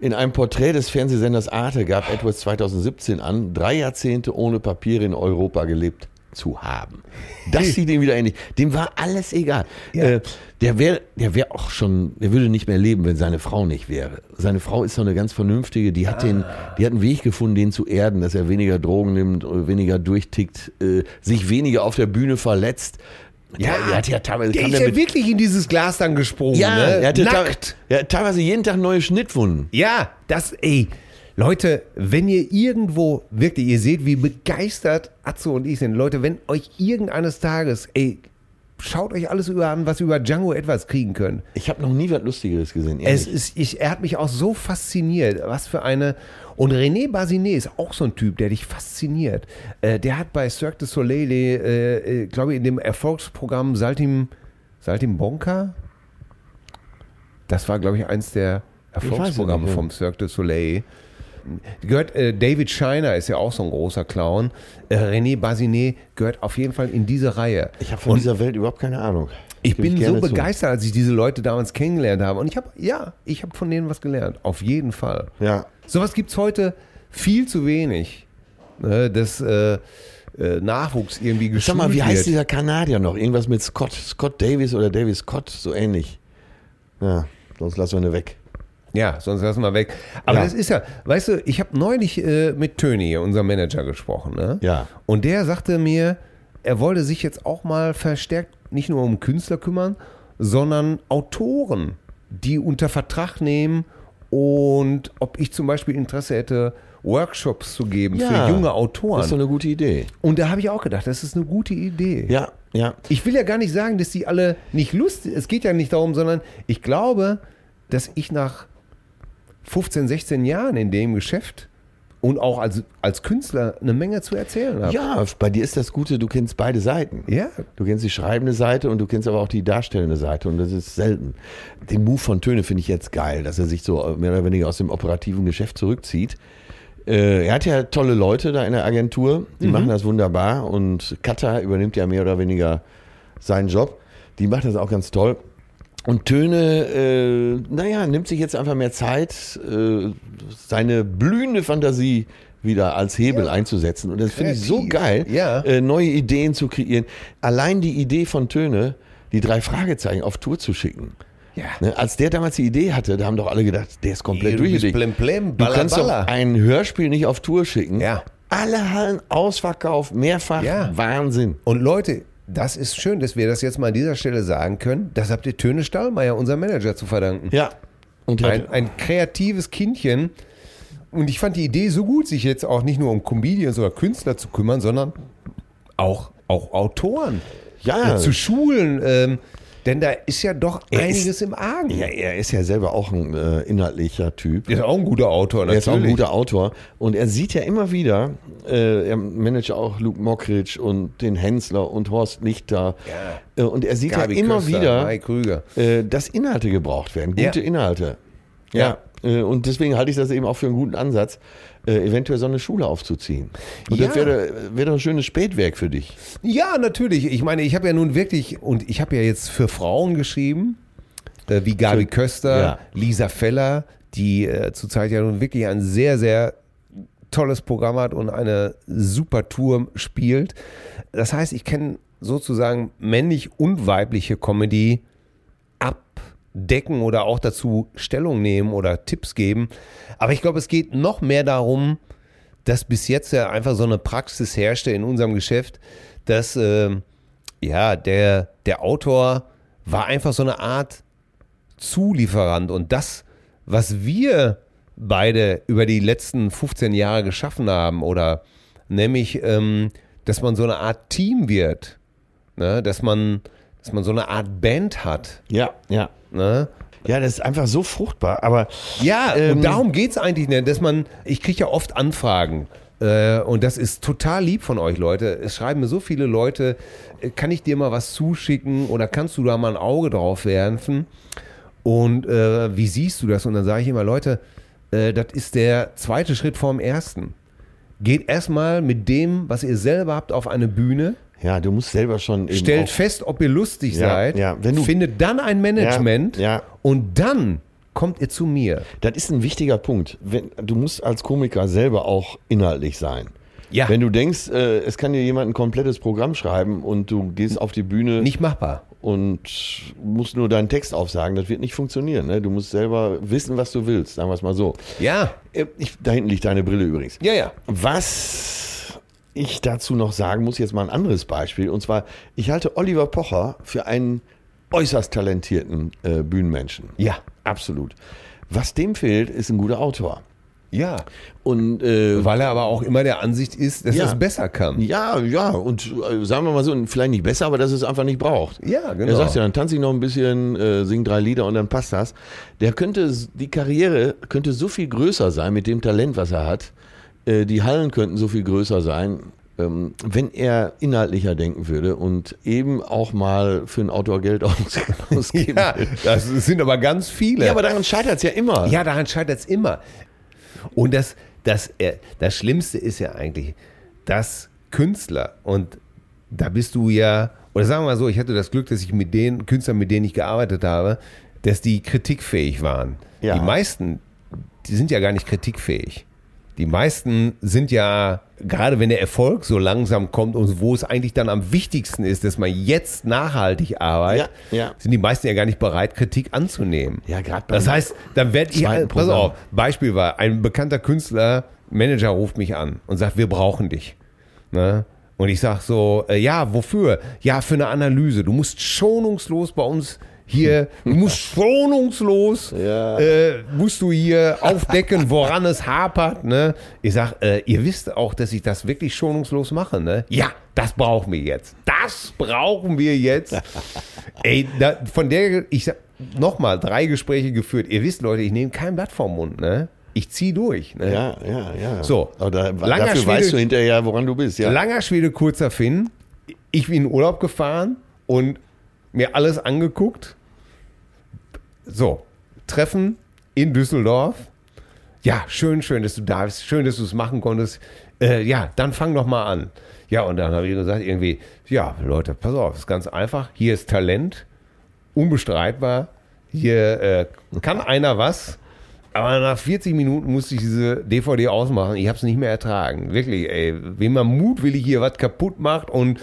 B: In einem Porträt des Fernsehsenders Arte gab Edwards 2017 an, drei Jahrzehnte ohne Papiere in Europa gelebt zu haben.
A: Hm.
B: Das sieht ihm wieder ähnlich. Dem war alles egal. Äh, der wäre der wär auch schon, der würde nicht mehr leben, wenn seine Frau nicht wäre. Seine Frau ist so eine ganz vernünftige, die hat, den,
A: Ah.
B: die hat einen Weg gefunden, den zu erden, dass er weniger Drogen nimmt, äh, weniger durchtickt, äh, sich weniger auf der Bühne verletzt. Ja, der, der hat ja teilweise
A: Der
B: kam
A: ist
B: der
A: ja
B: mit-
A: wirklich in dieses Glas dann gesprungen.
B: ja,
A: ne?
B: er hatte
A: Nackt.
B: teil- er hat teilweise jeden Tag neue Schnittwunden.
A: Ja, das, ey. Leute, wenn ihr irgendwo, wirklich, ihr seht, wie begeistert Atze und ich sind. Leute, wenn euch irgendeines Tages, ey, schaut euch alles über an, was wir über Django etwas kriegen können.
B: Ich habe noch nie was Lustigeres gesehen.
A: Es
B: ehrlich.
A: ist, ich, er hat mich auch so fasziniert. Was für eine. Und René Basinet ist auch so ein Typ, der dich fasziniert. Äh, der hat bei Cirque du Soleil, äh, äh, glaube ich, in dem Erfolgsprogramm Saltim, Saltim Bonka, das war, glaube ich, eins der Erfolgsprogramme
B: nicht, ja.
A: vom Cirque du Soleil. Gehört, äh, David Shiner ist ja auch so ein großer Clown. Äh, René Basinet gehört auf jeden Fall in diese Reihe.
B: ich habe von dieser Welt überhaupt keine Ahnung.
A: Ich
B: Gebe
A: bin so
B: gerne zu.
A: begeistert, als ich diese Leute damals kennengelernt habe. Und ich habe, ja, ich habe von denen was gelernt. Auf jeden Fall.
B: Ja.
A: Sowas gibt es heute viel zu wenig, ne, dass äh, äh, Nachwuchs irgendwie
B: Sag
A: geschult
B: mal, wie
A: wird.
B: heißt dieser Kanadier noch? Irgendwas mit Scott. Scott Davis oder Davis Scott, so ähnlich. Ja, sonst lassen wir ihn weg.
A: Ja, sonst lassen wir weg. Aber
B: Ja.
A: das ist ja, weißt du, ich habe neulich äh, mit Töni, unserem Manager, gesprochen. Ne?
B: Ja.
A: Und der sagte mir, er wollte sich jetzt auch mal verstärkt nicht nur um Künstler kümmern, sondern Autoren, die unter Vertrag nehmen und ob ich zum Beispiel Interesse hätte, Workshops zu geben
B: Ja.
A: für junge
B: Das ist doch
A: Autoren.
B: eine gute Idee.
A: Und da habe ich auch gedacht, das ist eine gute Idee.
B: Ja, ja.
A: Ich will ja gar nicht sagen, dass die alle nicht lustig, es geht ja nicht darum, sondern ich glaube, dass ich nach 15, 16 Jahren in dem Geschäft und auch als, als Künstler eine Menge zu erzählen habe.
B: Ja, bei dir ist das Gute, du kennst beide Seiten.
A: Ja.
B: Du kennst die schreibende Seite und du kennst aber auch die darstellende Seite und das ist selten. Den Move von Töne finde ich jetzt geil, dass er sich so mehr oder weniger aus dem operativen Geschäft zurückzieht. Äh, er hat ja tolle Leute da in der Agentur, die
A: Mhm.
B: machen das wunderbar und Kata übernimmt ja mehr oder weniger seinen Job. Die macht das auch ganz toll. Und Töne, äh, naja, nimmt sich jetzt einfach mehr Zeit, äh, seine blühende Fantasie wieder als Hebel einzusetzen. Und das finde ich so
A: Kreativ.
B: geil,
A: Ja.
B: äh, neue Ideen zu kreieren. Allein die Idee von Töne, die drei Fragezeichen auf Tour zu schicken.
A: Ja.
B: Ne? Als der damals die Idee hatte, da haben doch alle gedacht, der ist komplett durchgedickt.
A: Blem, blem,
B: Du kannst doch
A: balla.
B: ein Hörspiel nicht auf Tour schicken.
A: Ja.
B: Alle Hallen ausverkauft, mehrfach.
A: Ja.
B: Wahnsinn.
A: Und Leute, das ist schön, dass wir das jetzt mal an dieser Stelle sagen können. Das habt ihr Töne Stahlmeier, unserem Manager, zu verdanken.
B: Ja. Und
A: ein, ein kreatives Kindchen. Und ich fand die Idee so gut, sich jetzt auch nicht nur um Comedians oder Künstler zu kümmern, sondern auch, auch Autoren
B: ja.
A: Äh, zu schulen. Ähm, denn da ist ja doch
B: Er
A: einiges
B: ist-
A: im Argen.
B: Ja, er ist ja selber auch ein äh, inhaltlicher Typ.
A: Er ist auch ein guter Autor.
B: Er ist auch ein
A: natürlich.
B: guter Autor. Und er sieht ja immer wieder, äh, er managt auch Luke Mockridge und den Hensler und Horst Lichter. Äh, und er sieht
A: Gabi
B: ja immer
A: Köster, Mai
B: wieder,
A: Krüger.
B: äh, dass Inhalte gebraucht werden,
A: Ja.
B: gute Inhalte. Ja. Äh, Und deswegen halte ich das eben auch für einen guten Ansatz, äh, eventuell so eine Schule aufzuziehen. Und das
A: Ja.
B: wäre wäre doch ein schönes Spätwerk für dich.
A: Ja, natürlich. Ich meine, ich habe ja nun wirklich, und ich habe ja jetzt für Frauen geschrieben, äh, wie Gabi
B: Schön.
A: Köster,
B: Ja.
A: Lisa Feller, die äh, zurzeit ja nun wirklich ein sehr, sehr tolles Programm hat und eine super Tour spielt. Das heißt, ich kenne sozusagen männlich und weibliche Comedy abdecken oder auch dazu Stellung nehmen oder Tipps geben. Aber ich glaube, es geht noch mehr darum, dass bis jetzt ja einfach so eine Praxis herrschte in unserem Geschäft, dass ähm, ja der, der Autor war einfach so eine Art Zulieferant und das, was wir beide über die letzten 15 Jahre geschaffen haben oder nämlich, ähm, dass man so eine Art Team wird, ne? dass man dass man so eine Art Band hat.
B: Ja, ja.
A: Ne?
B: Ja, das ist einfach so fruchtbar. Aber
A: Ja,
B: Ähm,
A: und darum geht es eigentlich, ne, dass man, ich kriege ja oft Anfragen. äh, Und das ist total lieb von euch, Leute. Es schreiben mir so viele Leute, äh, kann ich dir mal was zuschicken oder kannst du da mal ein Auge drauf werfen? Und äh, wie siehst du das? Und dann sage ich immer, Leute, äh, das ist der zweite Schritt vorm ersten. Geht erstmal mit dem, was ihr selber habt, auf eine Bühne.
B: Ja, du musst selber schon. Eben
A: Stellt
B: auch-
A: fest, ob ihr lustig
B: Ja,
A: seid.
B: ja. Wenn du-
A: findet dann ein Management.
B: Ja, ja.
A: Und dann kommt ihr zu mir.
B: Das ist ein wichtiger Punkt. Wenn, du musst als Komiker selber auch inhaltlich sein.
A: Ja.
B: Wenn du denkst, äh, es kann dir jemand ein komplettes Programm schreiben und du gehst auf die Bühne
A: Nicht machbar.
B: und musst nur deinen Text aufsagen, das wird nicht funktionieren. Ne? Du musst selber wissen, was du willst, sagen wir es mal so.
A: Ja.
B: Äh, Ich, da hinten liegt deine Brille übrigens.
A: Ja, ja.
B: Was ich dazu noch sagen muss, jetzt mal ein anderes Beispiel. Und zwar, ich halte Oliver Pocher für einen äußerst talentierten äh, Bühnenmenschen.
A: Ja.
B: Absolut. Was dem fehlt, ist ein guter Autor.
A: Ja.
B: Und äh,
A: Weil er aber auch immer der Ansicht ist, dass
B: Ja.
A: das besser kann.
B: ja, ja, und äh, sagen wir mal so, vielleicht nicht besser, aber dass es einfach nicht braucht.
A: Ja, genau.
B: Er sagt ja, dann tanze ich noch ein bisschen, äh, sing drei Lieder und dann passt das. Der könnte, s- die Karriere könnte so viel größer sein mit dem Talent, was er hat. Äh, die Hallen könnten so viel größer sein, ähm, wenn er inhaltlicher denken würde und eben auch mal für einen Autor Geld aus- ausgeben
A: Ja,
B: würde.
A: das sind aber ganz viele.
B: Ja, aber daran scheitert es ja immer.
A: Ja, daran scheitert es immer. Und das, das, äh, das Schlimmste ist ja eigentlich, dass Künstler, und da bist du ja, oder sagen wir mal so, ich hatte das Glück, dass ich mit den Künstlern, mit denen ich gearbeitet habe, dass die kritikfähig waren.
B: Ja.
A: Die meisten, die sind ja gar nicht kritikfähig. Die meisten sind ja, gerade wenn der Erfolg so langsam kommt und wo es eigentlich dann am wichtigsten ist, dass man jetzt nachhaltig arbeitet,
B: Ja, ja.
A: sind die meisten ja gar nicht bereit, Kritik anzunehmen.
B: Ja, gerade beim
A: Das heißt, dann werde ich. halt-
B: zweiten
A: Pass
B: Programm.
A: auf, Beispiel war, ein bekannter Künstler, Manager ruft mich an und sagt, wir brauchen dich. Ne? Und ich sage so, äh, ja, wofür? Ja, für eine Analyse. Du musst schonungslos bei uns hier, du musst schonungslos,
B: Ja.
A: äh, musst du hier aufdecken, woran es hapert. Ne? Ich sage, äh, ihr wisst auch, dass ich das wirklich schonungslos mache. Ne? Ja, das brauchen wir jetzt. Das brauchen wir jetzt. Ey, da, von der, ich sag, nochmal, drei Gespräche geführt. Ihr wisst, Leute, ich nehme kein Blatt vom Mund, ne? Ich zieh durch, ne?
B: ja, ja. ja.
A: So.
B: Aber da,
A: Langer
B: dafür
A: Schwede-
B: weißt du hinterher, woran du bist. Ja.
A: Langer Schwede, kurzer Finn. Ich bin in Urlaub gefahren und mir alles angeguckt. So, Treffen in Düsseldorf. Ja, schön, schön, dass du da bist. Schön, dass du es machen konntest. Äh, ja, dann fang doch mal an. Ja, und dann habe ich gesagt, irgendwie, ja, Leute, pass auf, ist ganz einfach. Hier ist Talent, unbestreitbar. Hier äh, kann einer was. Aber nach 40 Minuten musste ich diese DVD ausmachen. Ich habe es nicht mehr ertragen. Wirklich, ey. Wem man mutwillig hier was kaputt macht und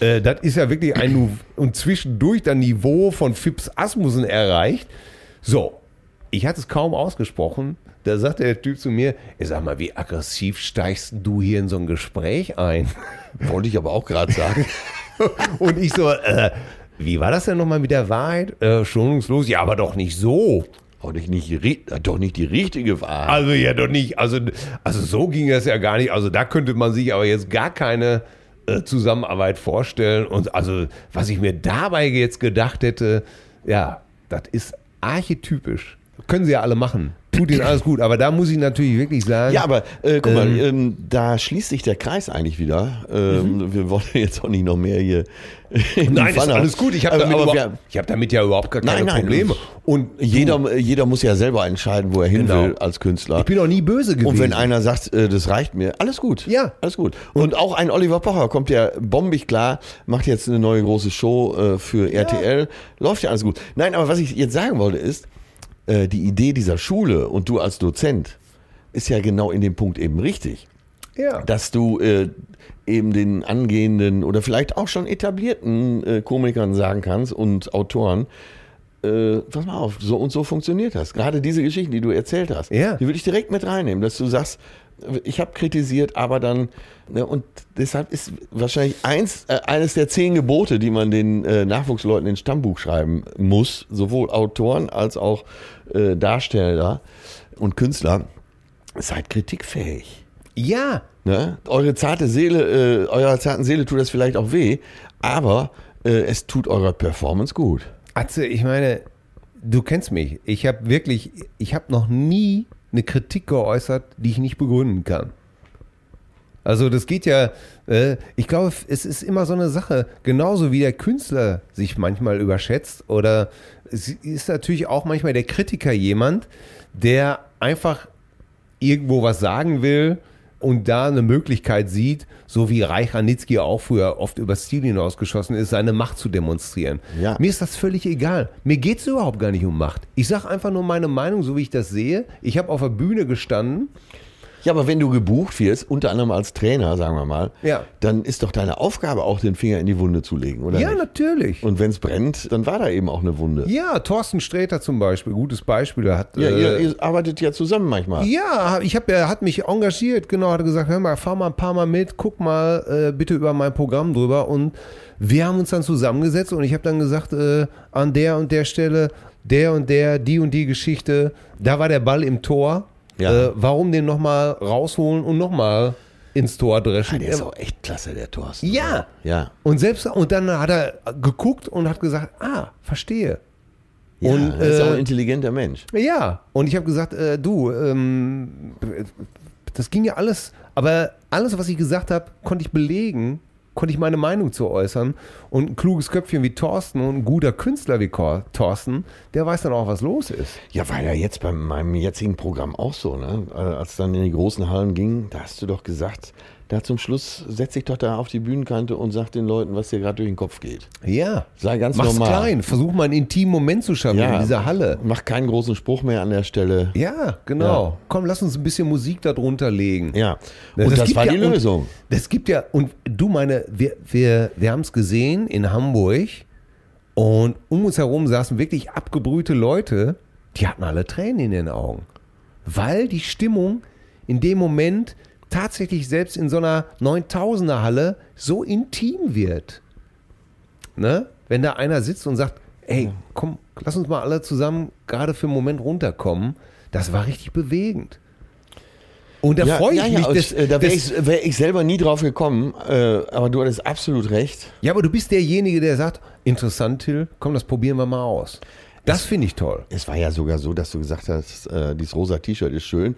A: äh, das ist ja wirklich ein Nu- und zwischendurch dann Niveau von Fips Asmussen erreicht. So, ich hatte es kaum ausgesprochen. Da sagte der Typ zu mir, ich sag mal, wie aggressiv steigst du hier in so ein Gespräch ein?
B: Wollte ich aber auch gerade sagen.
A: Und ich so, äh, wie war das denn nochmal mit der Wahrheit? Äh, schonungslos, ja, aber doch nicht so.
B: Auch nicht, nicht, die ri- doch nicht die richtige Wahl.
A: Also ja doch nicht. Also, also so ging das ja gar nicht. Also da könnte man sich aber jetzt gar keine äh, Zusammenarbeit vorstellen. Und also was ich mir dabei jetzt gedacht hätte, ja, das ist archetypisch. Können sie ja alle machen. Tut ihnen alles gut. Aber da muss ich natürlich wirklich sagen,
B: Ja, aber äh, guck mal, ähm, da schließt sich der Kreis eigentlich wieder. Ähm, Wir wollen jetzt auch nicht noch mehr hier. in die
A: Mhm. nein, ist
B: Pfanne
A: alles
B: hauen.
A: gut. Ich habe
B: Aber
A: damit,
B: wir-
A: überhaupt- ich hab damit ja überhaupt gar keine
B: Nein, nein.
A: Probleme. Und
B: jeder, jeder muss ja selber entscheiden, wo er hin
A: Genau.
B: will als Künstler.
A: ich bin auch nie böse gewesen.
B: Und wenn einer sagt, äh, das reicht mir, alles gut.
A: Ja.
B: Alles gut. Und, auch ein Oliver Pocher kommt ja bombig klar, macht jetzt eine neue große Show äh, für RTL. Läuft ja alles gut. Nein, aber was ich jetzt sagen wollte ist, äh, die Idee dieser Schule und du als Dozent ist ja genau in dem Punkt eben richtig
A: ja.
B: dass du äh, eben den angehenden oder vielleicht auch schon etablierten äh, Komikern sagen kannst und Autoren, äh, pass mal auf, so und so funktioniert das. Gerade diese Geschichten, die du erzählt hast,
A: Ja.
B: die würde ich direkt mit reinnehmen, dass du sagst, ich habe kritisiert, aber dann ne, und deshalb ist wahrscheinlich eins äh, eines der zehn Gebote, die man den äh, Nachwuchsleuten ins Stammbuch schreiben muss, sowohl Autoren als auch äh, Darsteller und Künstler, seid kritikfähig.
A: ja,
B: Ne? Eure zarte Seele, äh, eurer zarten Seele tut das vielleicht auch weh, aber äh, es tut eurer Performance gut.
A: Atze, ich meine, du kennst mich. Ich habe wirklich, ich habe noch nie eine Kritik geäußert, die ich nicht begründen kann. Also das geht ja, äh, ich glaube, es ist immer so eine Sache, genauso wie der Künstler sich manchmal überschätzt oder es ist natürlich auch manchmal der Kritiker jemand, der einfach irgendwo was sagen will und da eine Möglichkeit sieht, so wie Reich Ranitzky auch früher oft über Stil hinausgeschossen ist, seine Macht zu demonstrieren.
B: Ja.
A: Mir ist das völlig egal. Mir geht es überhaupt gar nicht um Macht. Ich sage einfach nur meine Meinung, so wie ich das sehe. Ich habe auf der Bühne gestanden.
B: Ja, aber wenn du gebucht wirst, unter anderem als Trainer, sagen wir mal,
A: Ja.
B: dann ist doch deine Aufgabe auch, den Finger in die Wunde zu legen, oder?
A: Ja,
B: nicht?
A: natürlich.
B: Und wenn es brennt, dann war da eben auch eine Wunde.
A: Ja, Thorsten Sträter zum Beispiel, gutes Beispiel. Er Hat,
B: Ja, ihr,
A: äh,
B: ihr arbeitet ja zusammen manchmal.
A: ja ich hab, er hat mich engagiert, genau, hat gesagt, hör mal, fahr mal ein paar Mal mit, guck mal äh, bitte über mein Programm drüber. Und wir haben uns dann zusammengesetzt und ich habe dann gesagt, äh, an der und der Stelle, der und der, die und die Geschichte, da war der Ball im Tor.
B: Ja.
A: Äh, warum den nochmal rausholen und nochmal ins Tor dreschen?
B: Ah, Der ist auch echt klasse, der Thorsten.
A: ja,
B: Ja.
A: Und selbst und dann hat er geguckt und hat gesagt, ah, verstehe.
B: ja
A: Und,
B: er ist auch
A: äh,
B: ein intelligenter Mensch.
A: Ja, und ich habe gesagt, äh, du, ähm, das ging ja alles, aber alles, was ich gesagt habe, konnte ich belegen, konnte ich meine Meinung zu äußern. Und ein kluges Köpfchen wie Thorsten und ein guter Künstler wie Cor- Thorsten, der weiß dann auch, was los ist.
B: Ja, war ja jetzt bei meinem jetzigen Programm auch so, ne? Äh, Als dann in die großen Hallen ging, da hast du doch gesagt, da zum Schluss setz dich doch da auf die Bühnenkante und sag den Leuten, was dir gerade durch den Kopf geht.
A: Ja.
B: Sei ganz
A: Mach's
B: normal.
A: klein, versuch mal einen intimen Moment zu schaffen in dieser Halle.
B: Mach keinen großen Spruch mehr an der Stelle.
A: Ja, genau. Komm, lass uns ein bisschen Musik darunter legen.
B: Ja.
A: Ja,
B: Und das,
A: gibt
B: war
A: ja-
B: die
A: und
B: Lösung.
A: Das gibt ja, und du meine, wir, wir, wir haben es gesehen in Hamburg und um uns herum saßen wirklich abgebrühte Leute, die hatten alle Tränen in den Augen. Weil die Stimmung in dem Moment tatsächlich selbst in so einer 9000er Halle so intim wird. Ne? Wenn da einer sitzt und sagt, ey, komm, lass uns mal alle zusammen gerade für einen Moment runterkommen. Das war richtig bewegend. Und da
B: ja,
A: freue ich
B: ja, ja,
A: mich.
B: aus-
A: dass-
B: äh, da wäre
A: dass-
B: ich, wär ich selber nie drauf gekommen, äh, aber du hattest absolut recht.
A: Ja, aber du bist derjenige, der sagt, interessant, Till, komm, das probieren wir mal aus. Das finde ich toll.
B: Es war ja sogar so, dass du gesagt hast, äh, dieses rosa T-Shirt ist schön,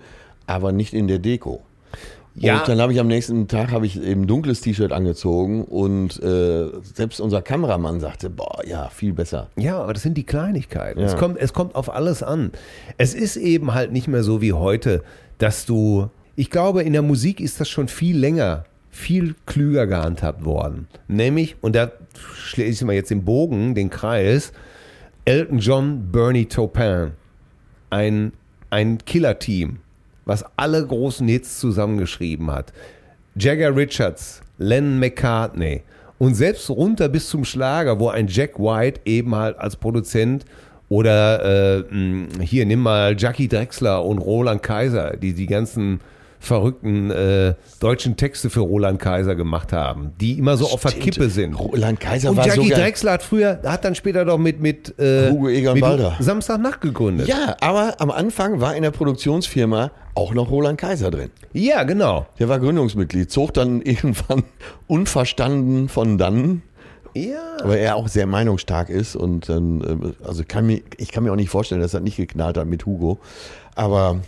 B: aber nicht in der Deko.
A: Ja.
B: Und dann habe ich am nächsten Tag habe ich eben ein dunkles T-Shirt angezogen und äh, selbst unser Kameramann sagte, boah, ja, viel besser.
A: Ja, aber das sind die Kleinigkeiten.
B: Ja.
A: Es, kommt, es kommt auf alles an. Es ist eben halt nicht mehr so wie heute, dass du. Ich glaube, in der Musik ist das schon viel länger, viel klüger gehandhabt worden. Nämlich, und da schließe ich mal jetzt den Bogen, den Kreis, Elton John, Bernie Taupin. Ein, ein Killer-Team, was alle großen Hits zusammengeschrieben hat. Jagger Richards, Len McCartney und selbst runter bis zum Schlager, wo ein Jack White eben halt als Produzent oder äh, mh, hier nimm mal Jackie Drexler und Roland Kaiser, die die ganzen verrückten äh, deutschen Texte für Roland Kaiser gemacht haben, die immer so auf der
B: Stimmt.
A: Kippe sind.
B: Roland Kaiser
A: Und
B: war
A: Jackie
B: sogar,
A: Drexler hat früher, hat dann später doch mit, mit äh,
B: Hugo Egon
A: mit
B: Balder.
A: Samstagnacht gegründet.
B: Ja, aber am Anfang war in der Produktionsfirma auch noch Roland Kaiser drin.
A: ja genau.
B: Der war Gründungsmitglied, zog dann irgendwann unverstanden von dann,
A: Ja.
B: weil er auch sehr meinungsstark ist und dann, ähm, also kann mir, ich kann mir auch nicht vorstellen, dass das nicht geknallt hat mit Hugo. Aber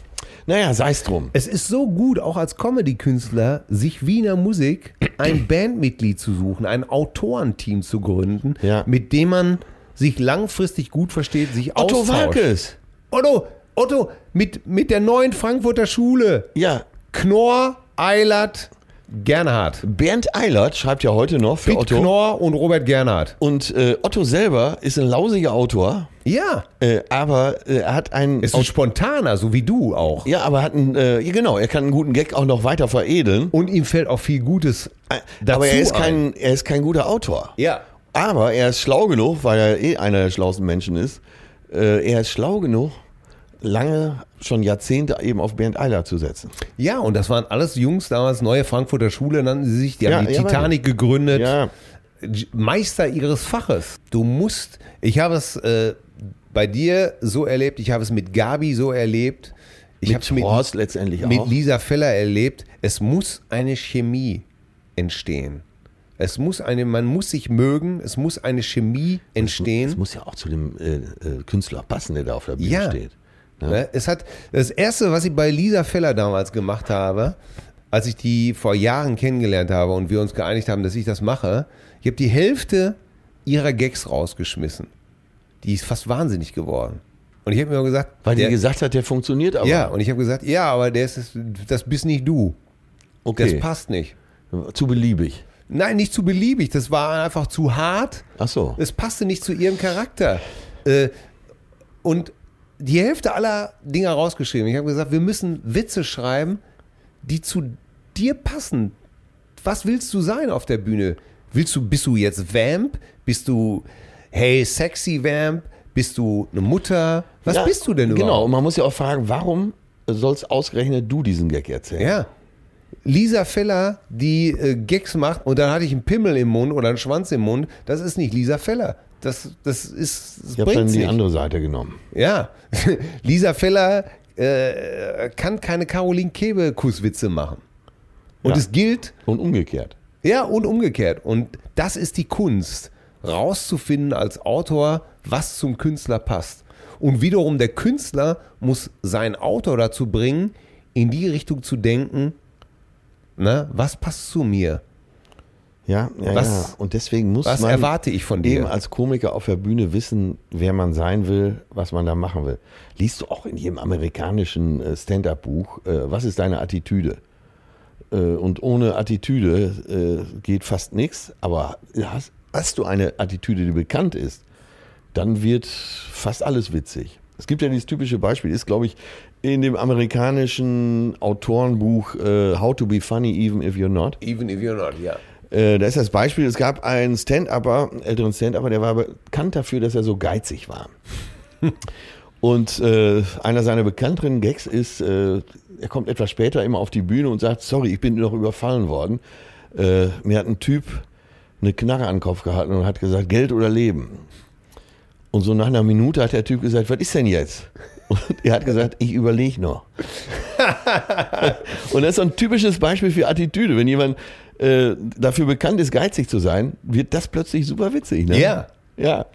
B: naja, sei es drum.
A: Es ist so gut, auch als Comedy-Künstler, sich wie in der Musik ein Bandmitglied zu suchen, ein Autorenteam zu gründen,
B: Ja.
A: mit dem man sich langfristig gut versteht, sich
B: Otto
A: austauscht.
B: Walkes.
A: Otto, Otto, mit, mit der neuen Frankfurter Schule.
B: Ja,
A: Knorr, Eilert, Gernhardt.
B: Bernd Eilert schreibt ja heute noch für
A: Piet
B: Otto.
A: Knorr und Robert Gernhardt.
B: Und äh, Otto selber ist ein lausiger Autor,
A: Ja,
B: äh, aber äh, er hat einen.
A: es ist ein spontaner, so wie du auch.
B: ja, aber hat einen, äh, ja, genau, er kann einen guten Gag auch noch weiter veredeln.
A: Und ihm fällt auch viel Gutes dazu
B: Äh, aber er ist,
A: ein.
B: kein, er ist kein guter Autor.
A: Ja.
B: Aber er ist schlau genug, weil er eh einer der schlauesten Menschen ist. Äh, er ist schlau genug, lange, schon Jahrzehnte eben auf Bernd Eiler zu setzen.
A: Ja, und das waren alles Jungs damals, neue Frankfurter Schule nannten sie sich, die
B: Ja,
A: haben die
B: ja,
A: Titanic gegründet,
B: Ja.
A: Meister ihres Faches. Du musst, ich habe es äh, bei dir so erlebt, ich habe es mit Gabi so erlebt, ich habe es mit,
B: Horst letztendlich
A: mit
B: auch.
A: Lisa Feller erlebt, es muss eine Chemie entstehen. Es muss eine, man muss sich mögen, es muss eine Chemie entstehen.
B: Das muss ja auch zu dem äh, äh, Künstler passen, der da auf der Bühne
A: Ja.
B: steht.
A: Ne? Es hat das erste, was ich bei Lisa Feller damals gemacht habe, als ich die vor Jahren kennengelernt habe und wir uns geeinigt haben, dass ich das mache, ich habe die Hälfte ihrer Gags rausgeschmissen. Die ist fast wahnsinnig geworden. Und ich habe mir gesagt,
B: Weil die
A: der-
B: gesagt hat, der funktioniert aber.
A: ja, und ich habe gesagt, ja, aber der ist, das bist nicht du. Das
B: okay.
A: passt nicht.
B: Zu beliebig.
A: Nein, nicht zu beliebig. Das war einfach zu hart.
B: Ach so.
A: Es passte nicht zu ihrem Charakter. Äh, und die Hälfte aller Dinger rausgeschrieben. Ich habe gesagt, wir müssen Witze schreiben, die zu dir passen. Was willst du sein auf der Bühne? Willst du, bist du jetzt Vamp? Bist du, hey, sexy Vamp? Bist du eine Mutter? Was
B: Ja,
A: bist du denn überhaupt?
B: Genau, und man muss ja auch fragen, warum sollst ausgerechnet du diesen Gag erzählen?
A: Ja. Lisa Feller, die äh, Gags macht und dann hatte ich einen Pimmel im Mund oder einen Schwanz im Mund, das ist nicht Lisa Feller. Das, das ist, das
B: Ich habe dann
A: bringt's
B: die
A: nicht.
B: andere Seite genommen.
A: Ja. Lisa Feller äh, kann keine Caroline Kebe Kusswitze machen. Und
B: Ja.
A: es gilt,
B: Und umgekehrt.
A: ja, und umgekehrt. Und das ist die Kunst, rauszufinden als Autor, was zum Künstler passt. Und wiederum der Künstler muss seinen Autor dazu bringen, in die Richtung zu denken, ne, was passt zu mir?
B: Ja, ja,
A: Was-
B: ja. Und deswegen muss
A: Was
B: man
A: erwarte ich von
B: eben
A: dir?
B: als Komiker auf der Bühne wissen, wer man sein will, was man da machen will. Liest du auch in jedem amerikanischen äh, Stand-up-Buch, äh, was ist deine Attitüde? Äh, Und ohne Attitüde äh, geht fast nichts, aber hast, hast du eine Attitüde, die bekannt ist, dann wird fast alles witzig. Es gibt ja dieses typische Beispiel, ist, glaube ich, in dem amerikanischen Autorenbuch äh, How to be funny even if you're not.
A: Even if you're not, ja.
B: Äh, da ist das Beispiel, es gab einen Stand-Upper, einen älteren Stand-Upper, der war bekannt dafür, dass er so geizig war. Und äh, einer seiner bekannteren Gags ist, äh, er kommt etwas später immer auf die Bühne und sagt, sorry, ich bin noch überfallen worden. Äh, mir hat ein Typ eine Knarre an den Kopf gehalten und hat gesagt, Geld oder Leben. Und so nach einer Minute hat der Typ gesagt, was ist denn jetzt? Und er hat gesagt, ich überlege noch. Und das ist so ein typisches Beispiel für Attitüde. Wenn jemand äh, dafür bekannt ist, geizig zu sein, wird das plötzlich super witzig. Ne?
A: Ja.
B: Ja.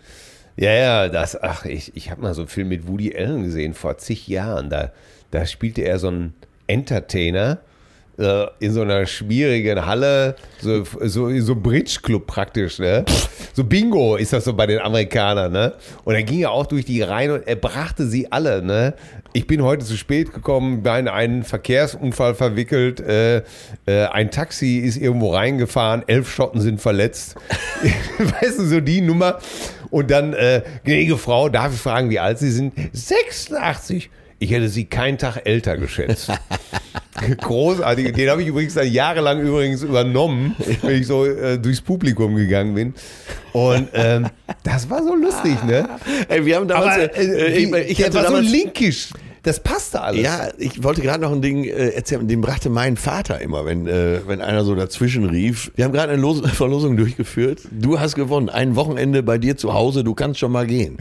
A: Ja, ja, das, ach, ich, ich habe mal so einen Film mit Woody Allen gesehen vor zig Jahren. Da, da spielte er so einen Entertainer äh, in so einer schwierigen Halle, so, so, so Bridge-Club praktisch, ne? So Bingo ist das so bei den Amerikanern, ne? Und er ging ja auch durch die Reihen und er brachte sie alle, ne? Ich bin heute zu spät gekommen, bin in einen Verkehrsunfall verwickelt, äh, äh, ein Taxi ist irgendwo reingefahren, elf Schotten sind verletzt. weißt du, so die Nummer. Und dann, äh, gnädige Frau, darf ich fragen, wie alt Sie sind? 86. Ich hätte sie keinen Tag älter geschätzt. Großartig. Den habe ich übrigens dann jahrelang übrigens übernommen, wenn ich so äh, durchs Publikum gegangen bin. Und ähm, das war so lustig, ne?
B: Ey, wir haben damals.
A: Aber
B: äh,
A: äh,
B: ich,
A: wie,
B: ich
A: der
B: hatte
A: war so
B: damals,
A: linkisch. Das passte alles.
B: ja, ich wollte gerade noch ein Ding äh, erzählen, den brachte mein Vater immer, wenn, äh, wenn einer so dazwischen rief. Wir haben gerade eine Los Verlosung durchgeführt. Du hast gewonnen. Ein Wochenende bei dir zu Hause, du kannst schon mal gehen.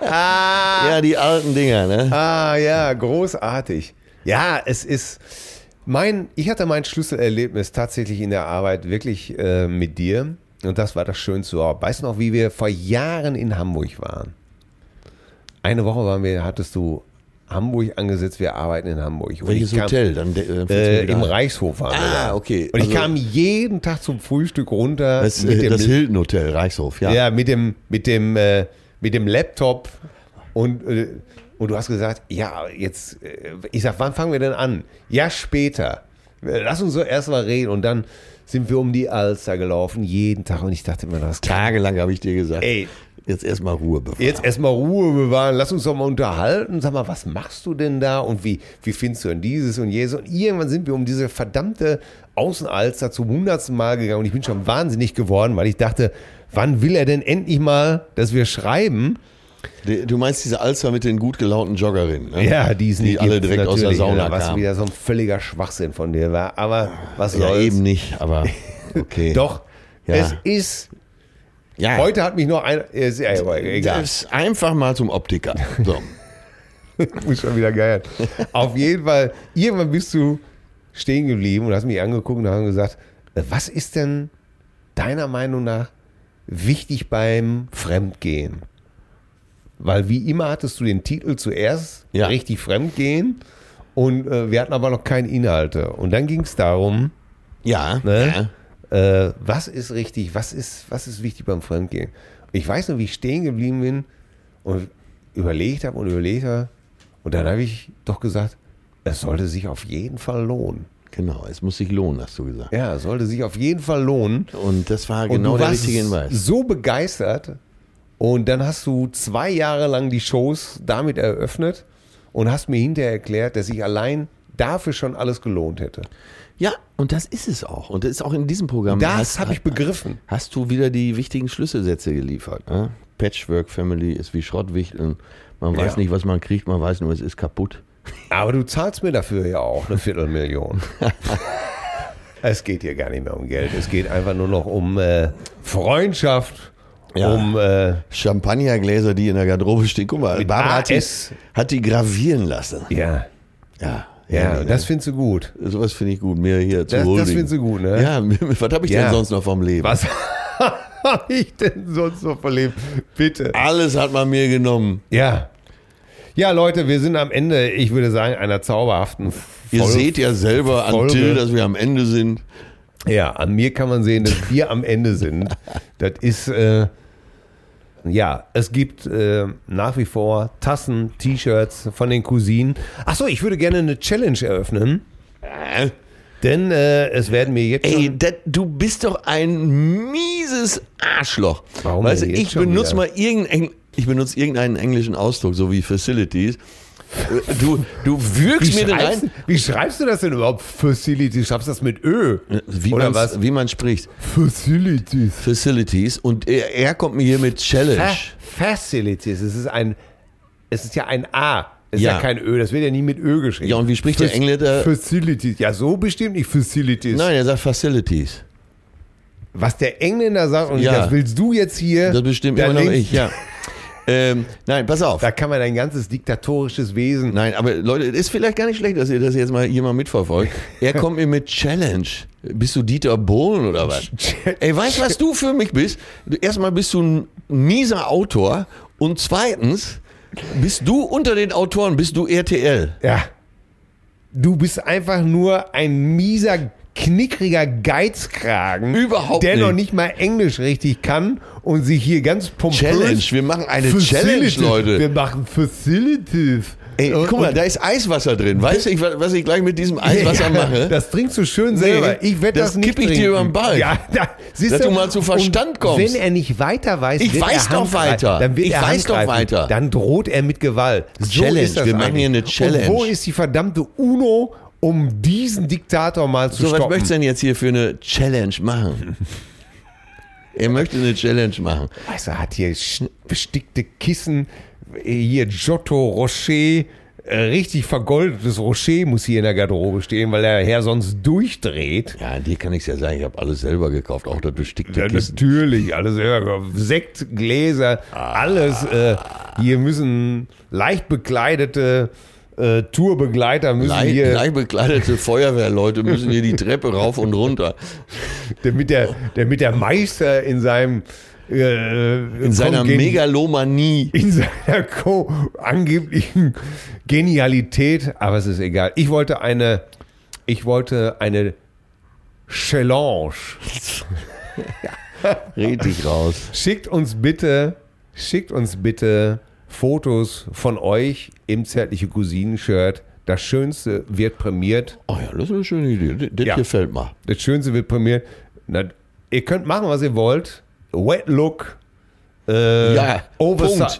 B: ja, die alten Dinger, ne?
A: Ah ja, großartig. Ja, es ist mein, ich hatte mein Schlüsselerlebnis tatsächlich in der Arbeit wirklich äh, mit dir und das war das Schönste überhaupt. Weißt du noch, wie wir vor Jahren in Hamburg waren? Eine Woche waren wir, hattest du Hamburg angesetzt, wir arbeiten in Hamburg. Und
B: Welches
A: ich kam-
B: Hotel? Dann, äh, fällt's mir
A: Äh,
B: wieder
A: Im
B: ein.
A: Reichshof waren wir
B: Ah,
A: da.
B: okay.
A: Und ich
B: Also-
A: kam jeden Tag zum Frühstück runter
B: Das,
A: mit
B: äh,
A: dem
B: das Hilton Hotel, Reichshof, ja.
A: ja, mit dem, mit dem, äh, mit dem Laptop und, äh, und du hast gesagt, ja, jetzt, äh, ich sag, wann fangen wir denn an? Ja, später. Lass uns so erstmal reden und dann sind wir um die Alster gelaufen, jeden Tag und ich dachte immer, das
B: Tagelang habe ich dir gesagt.
A: Ey.
B: Jetzt erstmal Ruhe bewahren.
A: Jetzt erstmal Ruhe bewahren, lass uns doch mal unterhalten. Sag mal, was machst du denn da und wie, wie findest du denn dieses und jenes? Und irgendwann sind wir um diese verdammte Außenalster zum hundertsten Mal gegangen und ich bin schon wahnsinnig geworden, weil ich dachte, wann will er denn endlich mal, dass wir schreiben?
B: Die- Du meinst diese Alster mit den gut gelaunten Joggerinnen, ne?
A: Ja, die sind
B: die alle direkt aus der Sauna
A: Was
B: kamen.
A: wieder so ein völliger Schwachsinn von dir war. Aber was
B: Ja,
A: soll's.
B: eben nicht, aber okay.
A: Doch,
B: Ja. Äh.
A: es ist.
B: ja.
A: Heute hat mich noch ein. Ist, ja, egal.
B: Das ist einfach mal zum Optiker. So.
A: Muss schon wieder geil. Auf jeden Fall, irgendwann bist du stehen geblieben und hast mich angeguckt und haben gesagt, äh, was ist denn deiner Meinung nach wichtig beim Fremdgehen? Weil wie immer hattest du den Titel zuerst
B: Ja.
A: richtig Fremdgehen Und äh, wir hatten aber noch keine Inhalte. Und dann ging es darum,
B: Ja.
A: ne? äh, was ist richtig, was ist, was ist wichtig beim Fremdgehen. Ich weiß noch, wie ich stehen geblieben bin und überlegt habe und überlegt habe. Und dann habe ich doch gesagt, es sollte sich auf jeden Fall lohnen.
B: Genau, es muss sich lohnen, hast du gesagt.
A: Ja, es sollte sich auf jeden Fall lohnen.
B: Und das war
A: Und
B: genau
A: du
B: der
A: warst
B: richtige Hinweis.
A: so begeistert. Und dann hast du zwei Jahre lang die Shows damit eröffnet und hast mir hinterher erklärt, dass ich allein dafür schon alles gelohnt hätte.
B: Ja, und das ist es auch. Und das ist auch in diesem Programm.
A: Das
B: Hast-
A: habe ich begriffen.
B: Hast du wieder die wichtigen Schlüsselsätze geliefert? Ne? Patchwork Family ist wie Schrottwichteln. Man weiß
A: Ja.
B: nicht, was man kriegt, man weiß nur, es ist kaputt.
A: Aber du zahlst mir dafür ja auch eine Viertelmillion. es geht hier gar nicht mehr um Geld. Es geht einfach nur noch um äh, Freundschaft,
B: Ja.
A: um äh,
B: Champagnergläser, die in der Garderobe stehen. Guck mal,
A: Mit
B: Barbara hat die,
A: AS.
B: hat die gravieren lassen.
A: ja,
B: Ja,
A: ja,
B: nee,
A: das findest du gut.
B: ne? sowas finde ich gut, mir hier zu
A: Das- das
B: holen.
A: findest du gut, ne?
B: Ja, was habe ich
A: Ja.
B: denn sonst noch vom Leben?
A: Was habe ich denn sonst noch verlebt? Bitte.
B: Alles hat man mir genommen.
A: Ja. Ja, Leute, wir sind am Ende, ich würde sagen, einer zauberhaften
B: Ihr
A: Folge.
B: seht ja selber an
A: Folge.
B: Till, dass wir am Ende sind.
A: Ja, an mir kann man sehen, dass wir am Ende sind. Das ist, äh, ja, es gibt äh, nach wie vor Tassen, T-Shirts von den Cousinen. Achso, ich würde gerne eine Challenge eröffnen,
B: Äh,
A: denn äh, es werden mir jetzt
B: Ey,
A: schon
B: dat, du bist doch ein mieses Arschloch.
A: Warum
B: weißt du,
A: denn jetzt
B: ich
A: schon
B: benutze
A: wieder?
B: mal irgendein, ich benutze irgendeinen englischen Ausdruck, so wie Facilities. Du, du
A: wie
B: würgst mir den
A: schreibst,
B: rein,
A: wie schreibst du das denn überhaupt? Facilities, schreibst du das mit Ö?
B: wie
A: Oder
B: man's-
A: was?
B: wie man spricht.
A: Facilities.
B: Facilities. Und er, er kommt mir hier mit Challenge.
A: Fa Facilities, es ist ein, es ist ja ein A. Es ist ja.
B: Ja.
A: kein Ö, das wird ja nie mit Ö geschrieben.
B: Ja, und wie spricht der
A: Fac-
B: Engländer?
A: Facilities. Ja, so bestimmt nicht Facilities.
B: Nein, er sagt Facilities.
A: Was der Engländer sagt, und
B: Ja.
A: das willst du jetzt hier.
B: Das bestimmt
A: da
B: immer noch
A: links-
B: ich, ja. ähm, nein, pass auf.
A: Da kann man dein ganzes diktatorisches Wesen.
B: Nein, aber Leute, es ist vielleicht gar nicht schlecht, dass ihr das jetzt mal hier mal mitverfolgt. Er kommt mir mit Challenge. Bist du Dieter Bohlen oder was? Ey, weißt du, was du für mich bist? Du- Erstmal bist du ein mieser Autor und zweitens bist du unter den Autoren, bist du RTL.
A: Ja. Du bist einfach nur ein mieser, knickriger Geizkragen.
B: Überhaupt
A: Der
B: nicht.
A: noch nicht mal Englisch richtig kann und sich hier ganz pompös.
B: Challenge, wir machen eine
A: Facilities.
B: Challenge, Leute.
A: Wir machen Facilities.
B: Ey,
A: Und-
B: guck mal, da ist Eiswasser drin. Weißt du, ich, was ich gleich mit diesem Eiswasser mache?
A: Das trinkst du schön selber. ich werde das,
B: das
A: nicht
B: kipp ich dir
A: trinken.
B: überm Balk.
A: Ja, da, siehst
B: Dass du mal zu Verstand
A: und
B: kommst.
A: Wenn er nicht weiter weiß,
B: Ich
A: wird
B: weiß
A: er
B: doch
A: handgreifend.
B: weiter.
A: Dann wird
B: Ich
A: er
B: weiß doch
A: handgreifend.
B: weiter.
A: Dann droht er mit Gewalt. So
B: Challenge.
A: Ist das
B: Wir machen hier eine
A: eigentlich.
B: Challenge.
A: Und wo ist die verdammte UNO, um diesen Diktator mal zu
B: So, was
A: stoppen?
B: möchtest du denn jetzt hier für eine Challenge machen? er möchte eine Challenge machen.
A: Also hat hier sch- bestickte Kissen, hier Giotto, Rocher, äh, richtig vergoldetes Rocher muss hier in der Garderobe stehen, weil der Herr sonst durchdreht.
B: Ja, dir kann ich es ja sagen, ich habe alles selber gekauft, auch das bestickte
A: Ja,
B: Kissen.
A: natürlich, alles ja, Sekt, Gläser, alles. Äh, hier müssen leicht bekleidete äh, Tourbegleiter müssen
B: Leicht,
A: hier,
B: leicht bekleidete Feuerwehrleute müssen hier die Treppe rauf und runter.
A: damit der, damit der Meister in seinem äh,
B: In seiner Megalomanie.
A: in seiner Co angeblichen Genialität, aber es ist egal. Ich wollte eine, ich wollte eine Challenge.
B: Red dich raus.
A: Schickt uns bitte, schickt uns bitte Fotos von euch im zärtliche Cousinen-Shirt. Das Schönste wird prämiert.
B: Oh ja, das ist eine schöne Idee. Das- Das
A: Ja.
B: gefällt mir.
A: Das Schönste wird prämiert. Na, ihr könnt machen, was ihr wollt. Wet Look. Äh,
B: Ja,
A: Oversi
B: Punkt.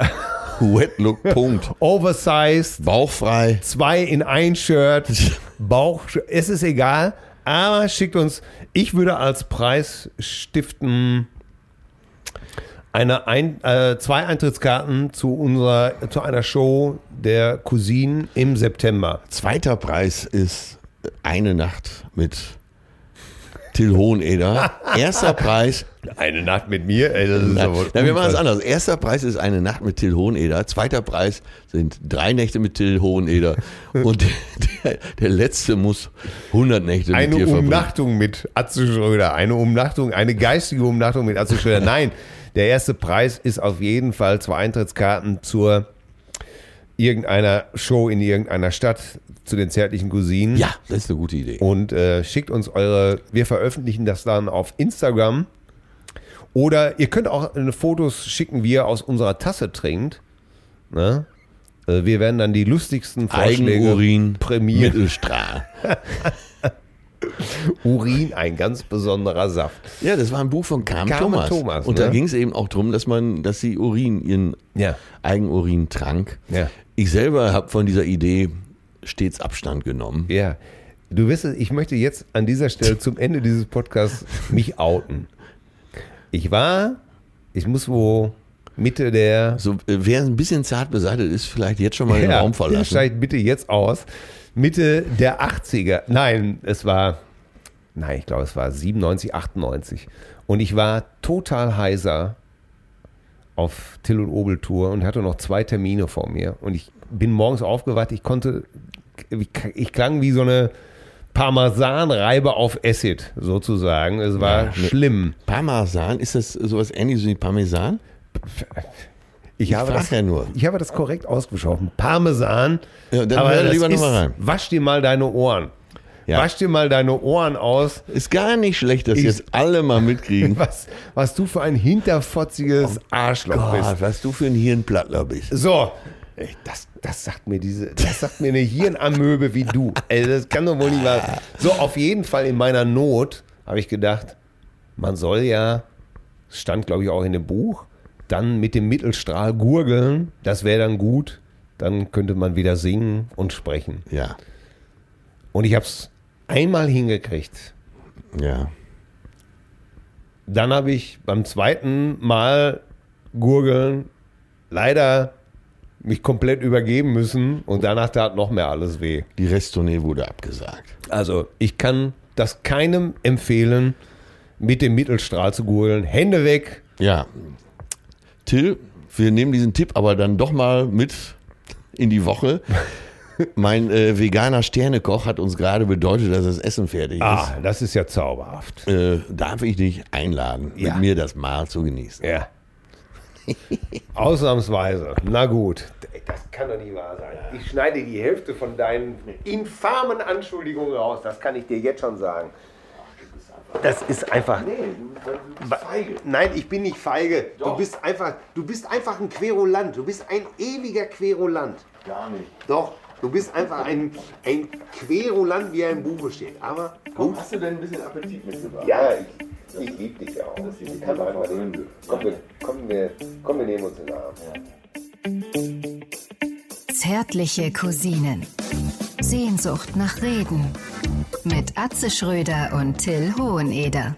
B: Wet Look, Punkt.
A: Oversized.
B: Bauchfrei.
A: Zwei in ein Shirt. Bauch. Es ist egal. Aber schickt uns. Ich würde als Preis stiften. Eine ein, äh, zwei Eintrittskarten zu unserer zu einer Show der Cousinen im September.
B: Zweiter Preis ist eine Nacht mit Till Hoheneder. Erster Preis
A: Eine Nacht mit mir. Ey, das ist
B: Na,
A: ja wohl
B: na, wir machen es
A: unfassbar.
B: anders. Erster Preis ist eine Nacht mit Till Hoheneder. Zweiter Preis sind drei Nächte mit Till Hoheneder. Und der, der letzte muss 100 Nächte mit
A: Eine
B: dir verbringen.
A: Umnachtung mit Atze Schröder. Eine Umnachtung, eine geistige Umnachtung mit Atze Schröder. Nein, der erste Preis ist auf jeden Fall zwei Eintrittskarten zur irgendeiner Show in irgendeiner Stadt zu den zärtlichen Cousinen.
B: Ja, das ist eine gute Idee.
A: Und äh, schickt uns eure, wir veröffentlichen das dann auf Instagram. Oder ihr könnt auch äh, Fotos schicken, wie ihr aus unserer Tasse trinkt. Ne? Äh, Wir werden dann die lustigsten Vorschläge
B: Eigenurin,
A: prämieren.
B: Mittelstrahl.
A: Urin, ein ganz besonderer Saft.
B: Ja, das war ein Buch von Carmen,
A: Carmen
B: Thomas.
A: Thomas,
B: Und da
A: ne?
B: ging es eben auch darum, dass man, dass sie Urin, ihren
A: Ja.
B: Eigenurin trank.
A: Ja.
B: Ich selber habe von dieser Idee stets Abstand genommen.
A: Ja. Du wirst es, ich möchte jetzt an dieser Stelle zum Ende dieses Podcasts mich outen. Ich war, ich muss wo Mitte der
B: So, äh, wer ein bisschen zart beseitigt ist, vielleicht jetzt schon mal den Raum verlassen.
A: Steigt bitte jetzt aus. Mitte der 80er. Nein, es war, nein, ich glaube, es war 97, 98. Und ich war total heiser auf Till und Obel Tour und hatte noch zwei Termine vor mir. Und ich bin morgens aufgewacht. Ich konnte, ich klang wie so eine Parmesanreibe auf Acid sozusagen. Es war
B: Ja, ne-
A: schlimm.
B: Parmesan, ist das sowas ähnliches wie Parmesan?
A: Ich, habe
B: frag
A: das,
B: ja nur.
A: ich habe das korrekt ausgesprochen. Parmesan.
B: Ja, dann
A: aber
B: hör
A: das
B: lieber noch
A: ist,
B: mal rein.
A: wasch dir mal deine Ohren.
B: Ja.
A: Wasch dir mal deine Ohren aus,
B: Ist gar nicht schlecht, dass
A: Ich-
B: jetzt alle mal mitkriegen.
A: was, was du für ein hinterfotziges Arschloch
B: Gott,
A: bist.
B: was du für ein Hirnplattler bist.
A: So. Ey, Das, das sagt mir diese, das sagt mir eine Hirnamöbe wie du. Ey, das kann doch wohl nicht wahr. So, auf jeden Fall in meiner Not habe ich gedacht, man soll ja, stand glaube ich auch in dem Buch, dann mit dem Mittelstrahl gurgeln, das wäre dann gut, dann könnte man wieder singen und sprechen.
B: Ja,
A: Und ich habe es einmal hingekriegt.
B: ja.
A: Dann habe ich beim zweiten Mal gurgeln leider mich komplett übergeben müssen und danach tat noch mehr alles weh.
B: Die Restournee wurde abgesagt.
A: Also ich kann das keinem empfehlen, mit dem Mittelstrahl zu gurgeln. Hände weg.
B: Ja. Till, wir nehmen diesen Tipp aber dann doch mal mit in die Woche. Mein äh, veganer Sternekoch hat uns gerade bedeutet, dass das Essen fertig
A: Ah, das ist ja zauberhaft.
B: ist. Äh, darf ich dich einladen,
A: Ja.
B: mit mir das mal zu genießen?
A: Ja. Ausnahmsweise. Na gut. Das kann doch nicht wahr sein. Ich schneide die Hälfte von deinen infamen Anschuldigungen raus. Das kann ich dir jetzt schon sagen. Das ist einfach. Nein, ich bin nicht feige. Du bist einfach, du bist einfach ein Querulant. Du bist ein ewiger Querulant.
B: Gar nicht.
A: Doch, du bist einfach ein, ein Querulant, wie er im Buche steht. Aber gut.
B: Hast du denn ein bisschen Appetit mitgebracht?
A: Ja, ich, ich liebe dich auch. Ich kann einfach nehmen. Komm, wir, komm, wir, komm, wir nehmen uns in den Arm.
C: Zärtliche Cousinen. Sehnsucht nach Reden. Mit Atze Schröder und Till Hoheneder.